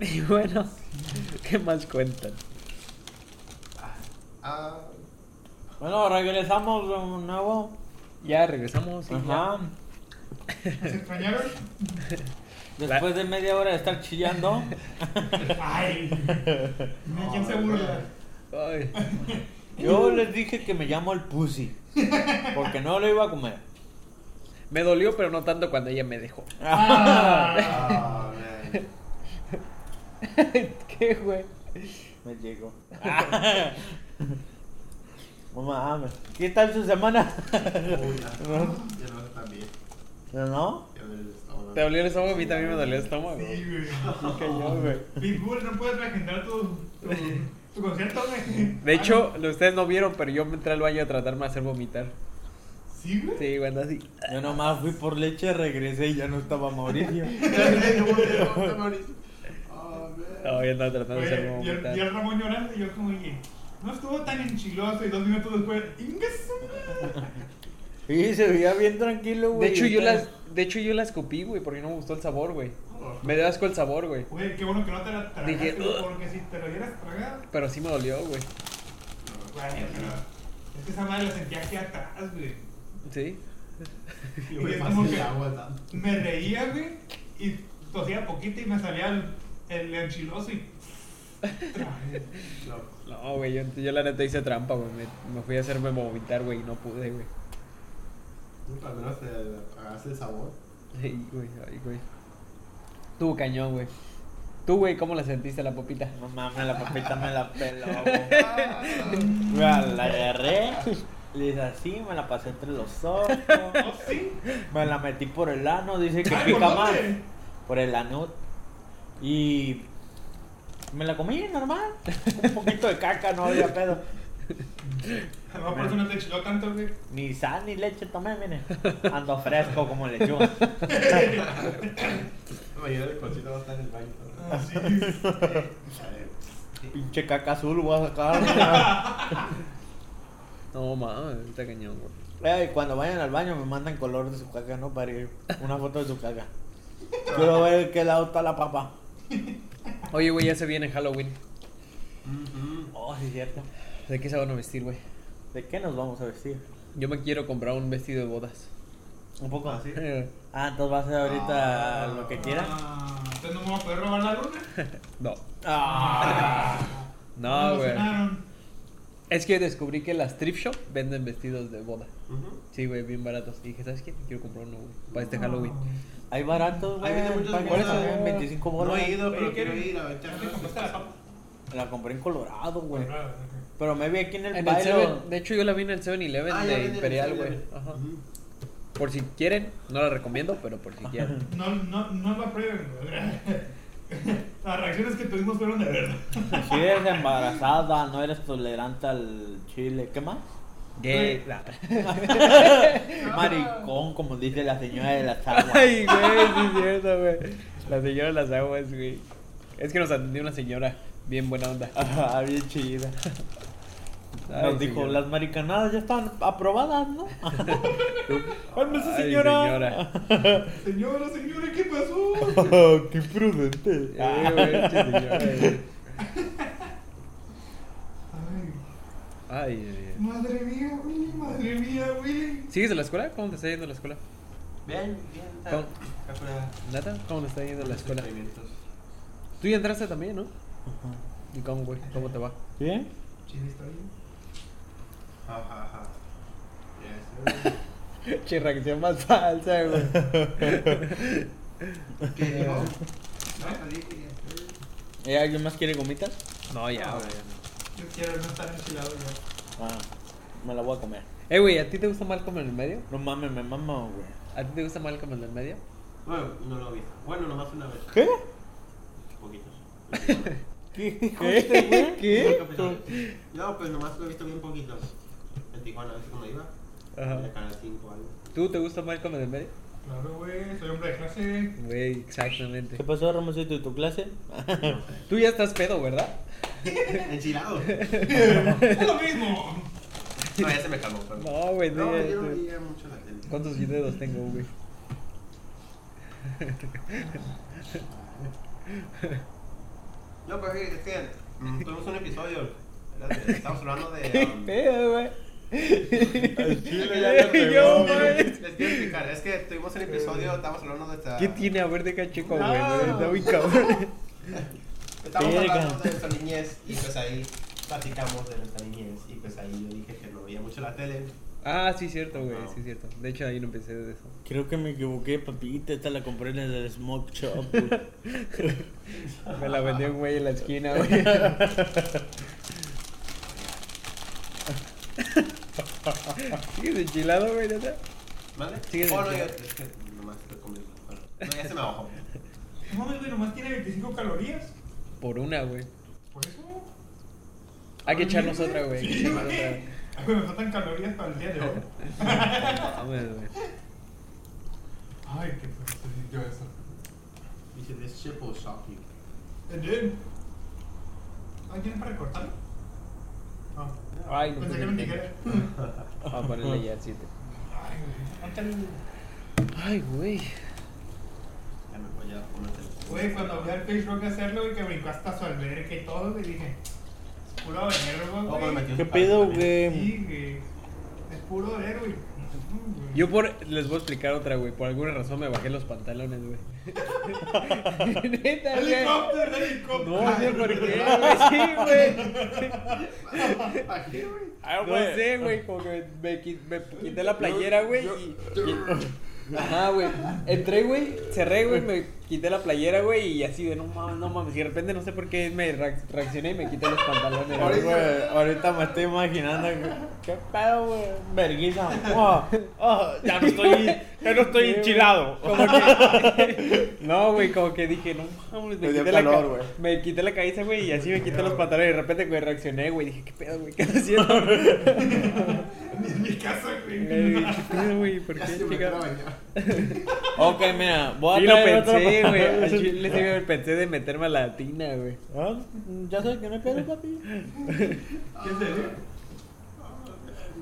S1: Y bueno, ¿qué más cuentan?
S2: Ah,
S4: Bueno, regresamos de nuevo.
S1: Ya regresamos. sí,
S4: Ajá.
S6: ¿Se extrañaron?
S4: Después de media hora de estar chillando.
S6: Ay. Ni ¿Quién se burla?
S1: ya. Ay,
S4: Yo les dije que me llamo el Pussy. Porque no lo iba a comer.
S1: me dolió, pero no tanto cuando ella me dejó.
S2: ah, man.
S1: ¿Qué, güey?
S4: Me llegó. No mames. ¿Qué tal su semana?
S2: Uy, ya. Ya no está bien.
S4: ¿No? no?
S2: Ya me
S1: ¿Te dolió el estómago? A mí también me dolió el estómago.
S6: Sí,
S1: Sí,
S6: güey.
S1: cayó, güey.
S6: Pitbull, no puedes reagendar tu, tu, tu concierto, güey.
S1: De hecho, lo- ustedes no vieron, pero yo me entré al baño a tratarme de hacer vomitar.
S6: Sí, güey.
S1: Sí, bueno, así.
S4: Yo nomás fui por leche, regresé y ya no estaba Mauricio.
S2: Ah,
S1: No, yo andaba tratando de hacer
S6: Oye, Y el, y el
S1: vomitar.
S6: Ramón llorando y yo como, oye, no estuvo tan enchiloso y dos minutos después, ingas.
S4: Y se veía bien tranquilo,
S1: De
S4: güey.
S1: hecho, yo las, de hecho, yo las escupí, güey, porque no me gustó el sabor, güey. Me dio asco el sabor, güey.
S6: Oye, qué bueno que no te la tragaste,
S1: Dije,
S6: güey,
S1: "Ugh".
S6: porque si te lo hubieras tragado,
S1: Pero sí me dolió, güey.
S6: güey, pero es que esa madre la sentía aquí atrás, güey.
S1: Sí.
S6: Y es como que me reía, güey, y tosía poquito y me salía el, el enchiloso y...
S1: No, güey, yo, yo la neta hice trampa, güey. Me, me fui a hacerme vomitar, güey, y no pude, güey.
S2: Al menos te pagaste el sabor.
S1: Ay, güey, ay, güey. Tú, cañón, güey. Tú, güey, ¿cómo la sentiste la popita?
S4: No mames, la papita me la peló. güey. la agarré, le hice así, me la pasé entre los ojos.
S6: ¿No? ¿Sí? Ah, pues,
S4: Me la metí por el ano, dice que
S6: Ay,
S4: pica
S6: ¿por
S4: más.
S6: dónde?
S4: Por el ano. Y me la comí normal. Un poquito de caca, no había pedo.
S6: A lo mejor por eso no te enchiló tanto, güey.
S4: Ni sal ni leche tomé, mire. Ando fresco como lechuga.
S2: Mañana el cochito va a estar en el baño. ¿no? eh,
S6: Así.
S2: Chale.
S4: Pinche caca azul voy a sacar.
S1: No, mames, está cañón, güey.
S4: Ey, cuando vayan al baño me mandan color de su caca, ¿no? Para ir una foto de su caca. Quiero ver qué lado está la papa.
S1: Oye, güey, ya se viene Halloween.
S2: Ujú.
S4: Oh, sí, es cierto.
S1: ¿De qué se van a vestir, güey?
S4: ¿De qué nos vamos a vestir?
S1: Yo me quiero comprar un vestido de bodas. Eh,
S4: Un poco
S2: así.
S4: Ah, entonces va a ser ahorita
S2: Ah.
S4: lo que quieran.
S6: Ah, ¿Entonces no me voy a poder robar la luna?
S1: No.
S4: Ah.
S6: Me
S1: No, güey.
S6: emocionaron.
S1: Es que descubrí que las thrift shop venden vestidos de boda.
S2: Ujú.
S1: Sí, güey, bien baratos. Y dije, ¿sabes qué? Quiero comprar uno, güey, para este Halloween.
S4: Hay baratos, güey.
S2: Ahí venden muchos
S4: Pagan
S2: bolas.
S4: también 25
S2: No
S4: bolas.
S2: he ido,
S6: Oye,
S2: pero quiero
S6: ¿qué?
S2: ir a
S6: Ya te compraste
S2: ver.
S6: la papa.
S4: La compré en Colorado, güey. Pero me vi aquí en el
S1: En el
S4: baile.
S1: 7, de hecho yo la vi en el 7-Eleven
S2: Ah, ya
S1: de
S2: venden
S1: Imperial,
S2: en
S1: güey.
S2: 7-Eleven.
S1: Ajá.
S2: Ujú.
S1: Por si quieren, no la recomiendo, pero por si quieren.
S6: No, no, no la prueben, güey. Las reacciones que tuvimos fueron de verdad.
S4: Si eres embarazada, no eres tolerante al chile. ¿Qué más?
S1: Gay. Nah.
S4: Maricón, como dice la señora de las aguas.
S1: Ay, güey, sí es cierto, güey. La señora de las aguas, güey. Es que nos atendió una señora bien buena onda.
S4: Ah, bien chida.
S1: Ay,
S4: Nos dijo,
S1: señora.
S4: las maricanadas ya están aprobadas, ¿no?
S1: Ay,
S4: ¿Cuándo
S1: señora.
S6: Señora, señora, ¿qué pasó?
S4: ¡Qué prudente!
S1: Eh, güey, che, señora, güey.
S6: Ay,
S1: Ay, ay, ay.
S6: madre mía, Willy, madre mía, Willy.
S1: ¿Sigues en la escuela? ¿Cómo te está yendo la escuela?
S2: Bien, bien. está-
S1: ¿Cómo?
S2: está fuera
S1: ¿Nata? ¿Cómo te está yendo la escuela?
S2: experimentos.
S1: Tú ya entraste también, ¿no? ¿Y cómo, güey? ¿Cómo te va?
S4: ¿Bien?
S6: Chile está bien.
S2: Ja, ja, ja. Yes.
S1: Che, reacción más falsa, güey.
S2: ¿Qué dijo? No, salí que yes.
S4: ¿Eh, ¿Alguien más quiere gomitas?
S1: No, Oh, ya,
S2: Ah,
S1: güey.
S2: bueno.
S6: Yo quiero no estar enchilado ya.
S4: Ah. me la voy a comer.
S1: Eh, güey, ¿a ti te gusta Malcolm en el medio?
S4: No mames, me mama, güey.
S1: ¿A ti te gusta Malcolm en el medio?
S2: Bueno, no lo he visto. Bueno, nomás una vez.
S4: ¿Qué?
S2: Poquitos.
S4: ¿Qué? ¿Qué?
S2: Nunca pensé. No, pues nomás lo he visto bien poquito. En Tijuana, a veces cuando iba.
S1: Ajá.
S2: En la canal 5 o algo.
S1: ¿Tú te gusta Malcolm en el medio?
S6: Claro, güey, soy hombre de clase.
S1: Güey, exactamente.
S4: ¿Qué pasó, Ramoncito, y tu clase?
S1: Tú ya estás pedo, ¿verdad?
S2: Enchilado.
S6: Es lo mismo.
S2: No, ya se me calmó, pero.
S1: No, güey, no.
S2: No,
S1: ya-
S2: yo no veía mucho la tele.
S1: ¿Cuántos videos tengo, güey?
S2: No, pero es que mm, tuvimos un episodio. era de- Estábamos hablando de. um,
S1: Pedo, güey.
S4: Al chile ya le pegó,
S1: Yo,
S4: güey.
S1: güey.
S2: Les quiero explicar, es que tuvimos un episodio, estábamos hablando de esta.
S1: ¿Qué tiene a ver de cacheco,
S2: No.
S1: güey? Está muy cabrón.
S2: Estábamos
S4: Verga.
S2: hablando de nuestra niñez y pues ahí platicamos de nuestra niñez y pues ahí yo dije que no veía mucho la tele.
S1: Ah, sí, cierto, güey,
S2: No.
S1: sí, cierto. De hecho, ahí no empecé de eso.
S4: Creo que me equivoqué, papita. Esta la compré en el Smoke Shop, güey.
S1: Me la vendió un güey en la esquina, güey. ¿Sigues enchilado, güey, neta?
S2: ¿Vale?
S1: Sigue
S2: oh, no,
S1: de-
S2: yo es que nomás estoy comiendo. Bueno, no, ya se me bajó.
S6: No mames, güey, nomás tiene 25 calorías.
S1: Por una, güey.
S6: Por eso.
S1: Hay que echarnos otra, güey. hay que
S6: Sí,
S1: echarnos
S6: güey. Ay, güey, me faltan calorías para el día de hoy.
S1: otra. Mames, güey.
S6: Ay, qué fuerte sintió eso.
S2: Dice, this ship will shock you.
S6: And then- Ay, ¿tienes para recortarlo? No.
S1: Ay, no
S6: Pensé que
S1: pude.
S6: era una tijera.
S1: Vamos a ponerle ya 7.
S6: Ay, güey. Ponte el-
S1: Ay, güey.
S2: Ya me voy a comer el teléfono.
S6: Güey, cuando vi al Fish Rock hacerlo y que brincó hasta su alberca y todo, le dije, es puro verbo,
S2: Oh, me
S6: güey.
S2: metió
S4: ¿Qué
S2: su
S4: pedo,
S2: padre también.
S4: güey?
S6: Sí, güey. Es puro verbo, güey. Mm, güey.
S1: Yo por... Les voy a explicar otra, güey. Por alguna razón me bajé los pantalones, güey. Neta, güey.
S6: Helicóptero, helicóptero.
S1: No sé por qué, güey. Sí, güey.
S2: ¿Para qué, güey?
S4: Ah,
S1: No
S4: güey.
S1: sé, güey, como que me, qui- me quité la playera, güey, y, y- Ajá, güey, entré, güey, cerré, güey, me quité la playera, güey, y así de no mames, no mames, y de repente no sé por qué me reac- reaccioné y me quité los pantalones,
S4: Ay,
S1: güey.
S4: güey, ahorita me estoy imaginando que- qué pedo, güey. Verguiza. Oh, oh, ya no estoy, ya no estoy enchilado.
S1: Como que... No, güey, como que dije, no mames, me
S4: Te dio
S1: quité, la
S4: calor, güey.
S1: ca- me quité la cabeza, güey, y así me quité los pantalones, y de repente, güey, reaccioné, güey, dije, qué pedo, güey, qué estás haciendo,
S6: Ni en mi casa, güey.
S1: Güey, qué pedo, güey, por qué,
S2: Casi me
S1: chica?
S2: entraba ya.
S4: Ok, mira, voy
S1: Sí
S4: a
S1: lo
S4: traer otro-
S1: pensé, güey. Al chile sí me pensé de meterme a la tina, güey.
S4: Ah, Ya sabes que no hay pedo, papi.
S6: ¿Qué es eso?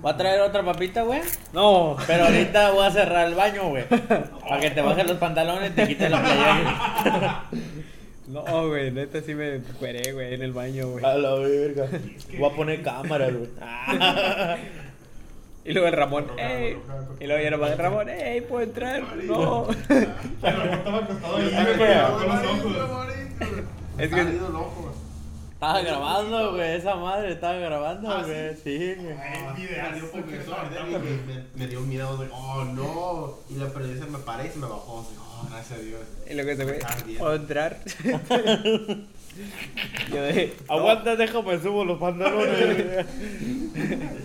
S4: Voy a traer otra papita, güey.
S1: No.
S4: Pero ahorita voy a cerrar el baño, güey. Para que te bajes los pantalones y te quites la playera.
S1: No, güey, neta sí me cueré, güey, en el baño, güey.
S4: la verga. Voy a poner cámara, güey. Ah.
S1: Y luego el Ramón,
S2: Rogar,
S1: ey.
S6: rogar, rogar.
S1: Y luego ya no va el Ramón, ey, puedo entrar. No.
S6: Se lo cortaba acostado ahí,
S4: Ya me
S6: güey,
S4: quedaba.
S6: con los ojos.
S1: Es
S2: Es
S1: que-
S2: que. loco.
S4: Estaba grabando, güey. Esa madre estaba grabando,
S2: Ah,
S4: güey. Sí, güey.
S6: Ay,
S2: Me
S6: videazo
S2: dio
S6: que
S2: porque
S6: Ah, se
S2: eso ardía y
S6: levantaba.
S2: me, me, me dio miedo, güey. Oh, no. Y la periodista me paré y se me bajó. Así, oh, gracias a Dios.
S1: Y luego ese güey,
S6: Ah,
S2: Cambia.
S1: puedo entrar. Yo de,
S4: Aguanta, déjame subo los pantalones. güey.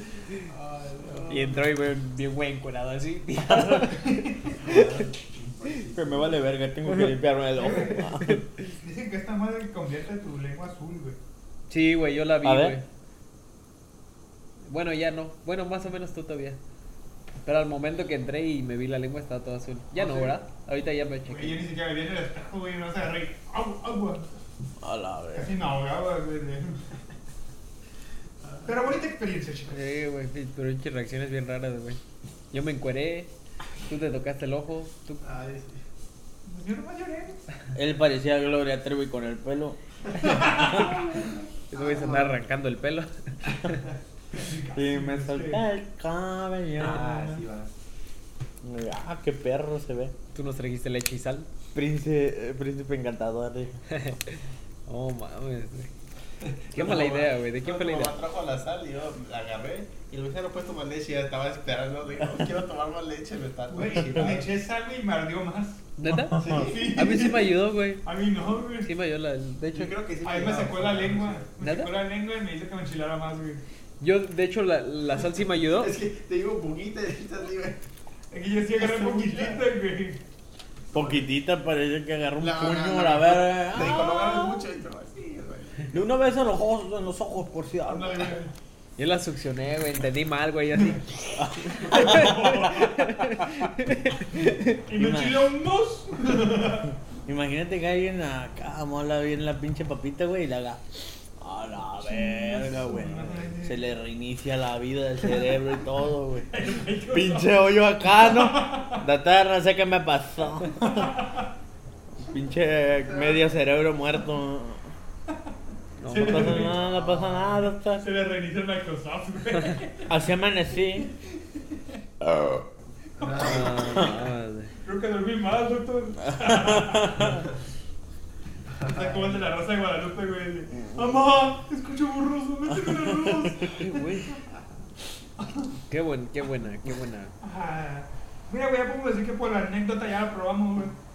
S1: y entró y güey, bien güey encuerado así.
S4: Que me vale verga, tengo que limpiarme el ojo.
S6: Dicen que esta madre convierte tu lengua azul, güey.
S1: Sí, güey, yo la vi,
S4: A ver.
S1: güey. Bueno, ya no. Bueno, más o menos tú todavía. Pero al momento que entré y me vi la lengua estaba toda azul. Ya
S6: Ah,
S1: no,
S6: sí.
S1: ¿verdad? Ahorita ya me
S6: Güey, yo
S1: chequé.
S6: ni siquiera me vi en el espejo, güey, no se agarré. Agua, agua.
S4: A la verga.
S6: Casi me ahogaba, güey. de- Pero bonita experiencia, chicos.
S1: Sí, güey, sí, pero pinches reacciones bien raras, güey. Yo me encueré, tú te tocaste el ojo, tú...
S2: Ay, sí.
S6: Yo nomás lloré.
S4: Él parecía Gloria Trevi con el pelo.
S1: Ese güey se anda
S6: Ah.
S1: arrancando el pelo.
S4: Y me
S6: Este,
S4: solté el cabello.
S2: Ah, sí, va.
S4: Ah, qué perro se ve.
S1: Tú nos trajiste leche y sal.
S4: Príncipe, eh, príncipe encantador. eh. dije.
S1: Oh, mames, güey. Qué mala idea, güey. ¿De quién fue la
S2: Mi
S1: idea?
S2: mamá trajo la sal y yo la agarré. Y le dije, no puedes tomar leche. Ya estaba esperando. Digo, quiero tomar más leche. Me está
S6: Güey, me eché sal y me ardió más.
S1: ¿Neta?
S6: Sí.
S1: A mí sí me ayudó, güey.
S6: A mí no, güey.
S1: Sí me ayudó la... De hecho,
S2: Yo creo que sí.
S6: A mí me
S2: ayudaba.
S6: secó la lengua. Me
S1: ¿Neta?
S6: secó la lengua y me hizo que me enchilara más, güey.
S1: Yo, de hecho, la, la salsa sí me ayudó.
S2: Es que te digo poquita y estás así, güey.
S6: Es que yo sí agarré poquitito, güey.
S4: Poquitita parece que agarró un
S2: La-
S4: puño,
S2: la-
S4: la
S2: la-
S4: verga.
S2: Te digo, no
S4: Ah.
S2: agarres mucho y te lo así, güey.
S4: De una vez en los ojos, en los ojos por si algo.
S6: Ándale, güey.
S1: Yo la succioné, güey, entendí mal, güey, así.
S6: Y me
S4: Una-
S6: chilló un dos.
S4: Imagínate que alguien acá mola bien la pinche papita, güey, y la haga. A la verga, güey. Se le reinicia la vida del cerebro y todo, güey. Pinche hoyo acá, ¿no? La tierra, sé qué me pasó. Pinche medio cerebro muerto. No,
S6: Sí.
S4: no pasa nada, no pasa nada. doctor.
S6: Se le reinició el Microsoft, güey.
S4: Así amanecí.
S1: Ah,
S6: Creo que dormí más, doctor. Está como el de la raza de Guadalupe, güey. Mamá, escucho burroso, méteme la luz.
S1: madre. Güey. Qué buen, qué buena, qué buena.
S6: Ah, Mira, güey, ya podemos decir que por la anécdota ya la probamos, güey.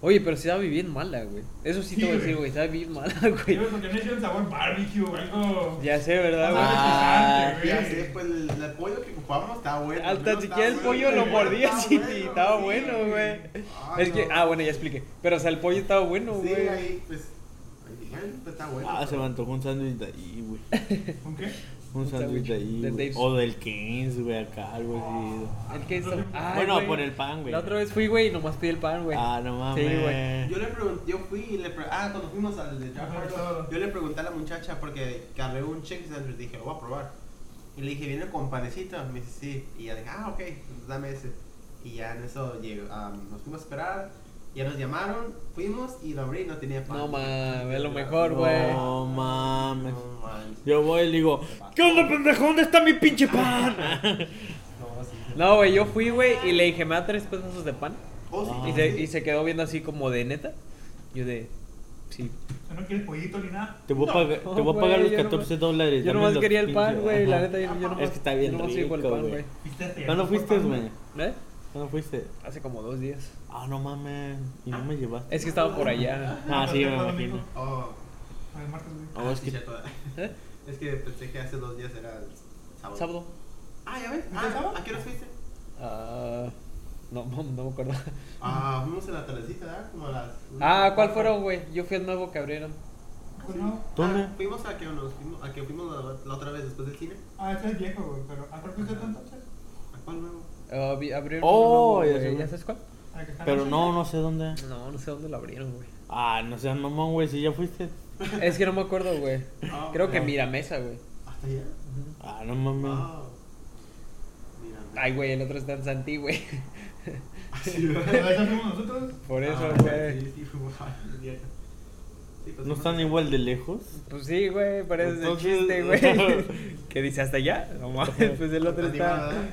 S1: Oye, pero si estaba bien mala, güey. Eso sí, te
S6: Sí,
S1: voy a
S6: güey.
S1: decir, güey, estaba bien mala,
S6: Sí,
S1: güey.
S6: güey, Porque no hicieron sabor barbecue o algo.
S1: Ya sé, ¿verdad, güey?
S4: Ah,
S6: güey.
S2: Ya sé, pues el, el pollo que ocupamos está bueno.
S1: Hasta
S2: menos
S1: siquiera el
S2: está
S1: pollo
S2: bueno,
S1: lo
S6: güey.
S1: mordías
S2: está
S1: y
S2: bueno,
S1: estaba
S2: sí,
S1: bueno, güey.
S2: Ay,
S1: Es que,
S2: no.
S1: ah, bueno, ya expliqué. Pero, o sea, el pollo estaba bueno,
S2: Sí,
S1: güey.
S2: ahí, pues. igual está bueno.
S4: Ah, se
S2: pero-
S4: me antojó un sándwich de ahí, güey.
S2: pues.
S6: ¿Con qué?
S4: Un
S1: Un
S4: sándwich de
S1: sándwich
S4: ahí.
S1: de
S4: güey.
S1: Dave's. Ah,
S4: O del Kings, güey, acá, algo así.
S1: El queso. Ay,
S4: bueno,
S1: güey.
S4: por el pan, güey.
S1: La otra vez fui, güey, y nomás pedí el pan, güey.
S4: Ah, no mames.
S1: Sí, güey.
S2: Yo le pregunté, yo fui y le pre- ah, cuando fuimos al de Jack
S6: Ajá,
S2: Harlow,
S6: sábado.
S2: yo le pregunté a la muchacha porque cargué un chicken sandwich, dije, lo voy a probar. Y le dije, viene con panecito, me dice, sí. Y ya dije, ah, ok, pues dame ese. Y ya en eso llegó, am, nos fuimos a esperar, ya nos llamaron, fuimos y lo abrí y no tenía pan.
S1: No mames, es lo mejor, güey.
S4: No mames.
S2: No mames.
S4: Yo voy y le digo, ¿qué onda, pendejo? ¿Dónde está mi pinche pan?
S2: No, sí.
S1: No, güey, yo fui, güey, y le dije, ¿me da tres pedazos de pan?
S2: Oh, sí,
S1: Ah. Y,
S2: sí,
S1: se,
S2: sí.
S1: y se quedó viendo así como de neta. Yo de, sí.
S6: O sea, no quieres pollito ni nada.
S4: Te voy a pagar,
S1: No,
S4: te voy a pagar
S1: güey,
S4: los
S1: yo
S4: 14 dólares.
S1: Yo
S4: dame
S1: nomás
S4: los
S1: quería el
S4: pinches,
S1: pan, güey, la
S4: ajá.
S1: neta. Yo, yo nomás,
S4: Es que está bien
S1: yo nomás sigo el
S4: rico,
S1: pan,
S4: güey.
S1: güey.
S6: Fuiste hasta allá
S4: ¿Cuándo
S6: por
S4: fuiste,
S6: pan,
S4: güey?
S1: ¿Eh?
S4: ¿Cuándo fuiste?
S1: Hace como dos días.
S4: Ah, no mames. Y no me llevaste.
S1: Es que estaba por allá.
S4: Ah, sí, me
S6: Domingo.
S4: imagino.
S2: Oh,
S6: Ay, martes, güey.
S4: Ah, es
S2: sí,
S4: que-
S2: cierto.
S1: Oh, ¿Eh?
S2: Es que pensé que hace dos días era el sábado.
S1: Sábado.
S2: Ah, ya ves.
S6: ¿Fue el
S2: Ah,
S6: sábado?
S2: ¿A qué hora fuiste?
S1: Ah, no, no, no me acuerdo.
S2: Ah, fuimos en la tardecita, ¿verdad? Como a las.
S1: Ah, ¿cuál fueron, güey? Yo fui al nuevo Cabrero.
S6: Pues no.
S4: ¿Dónde?
S2: Ah, fuimos a que nos fuimos, a que fuimos la, la otra vez después del cine.
S6: Ah, este es viejo, güey. Pero ¿a cuál fuiste tú entonces?
S2: ¿A cuál nuevo?
S1: Ah, vi- abrieron
S4: Oh,
S1: uno
S4: ya
S1: nuevo,
S4: sé,
S1: güey.
S4: güey.
S1: ¿Ya sabes cuál?
S6: ¿A la que está
S4: Pero
S6: en
S4: no,
S6: la
S4: no sé dónde.
S1: No, no sé dónde lo abrieron, güey.
S4: Ah, no seas mamón, güey, si ya fuiste.
S1: Es que no me acuerdo, güey.
S2: Ah,
S1: Creo que
S2: no.
S1: mira mesa, güey.
S2: ¿Hasta allá?
S4: Ah, no mames.
S2: Wow. Mira. mira.
S1: Ay, güey, el otro está en Santi, güey.
S2: Ah, sí, ¿verdad?
S6: ¿Pero esa fuimos nosotros?
S1: Por eso,
S2: Ah,
S1: güey.
S2: sí, pues, sí, fuimos a- Sí, pues,
S4: ¿No están igual de lejos?
S1: Pues sí, güey, parece ese
S4: Entonces-
S1: chiste, güey. ¿Qué dice hasta allá? No mames, pues el otro
S2: animada,
S1: está.
S2: ¿verdad?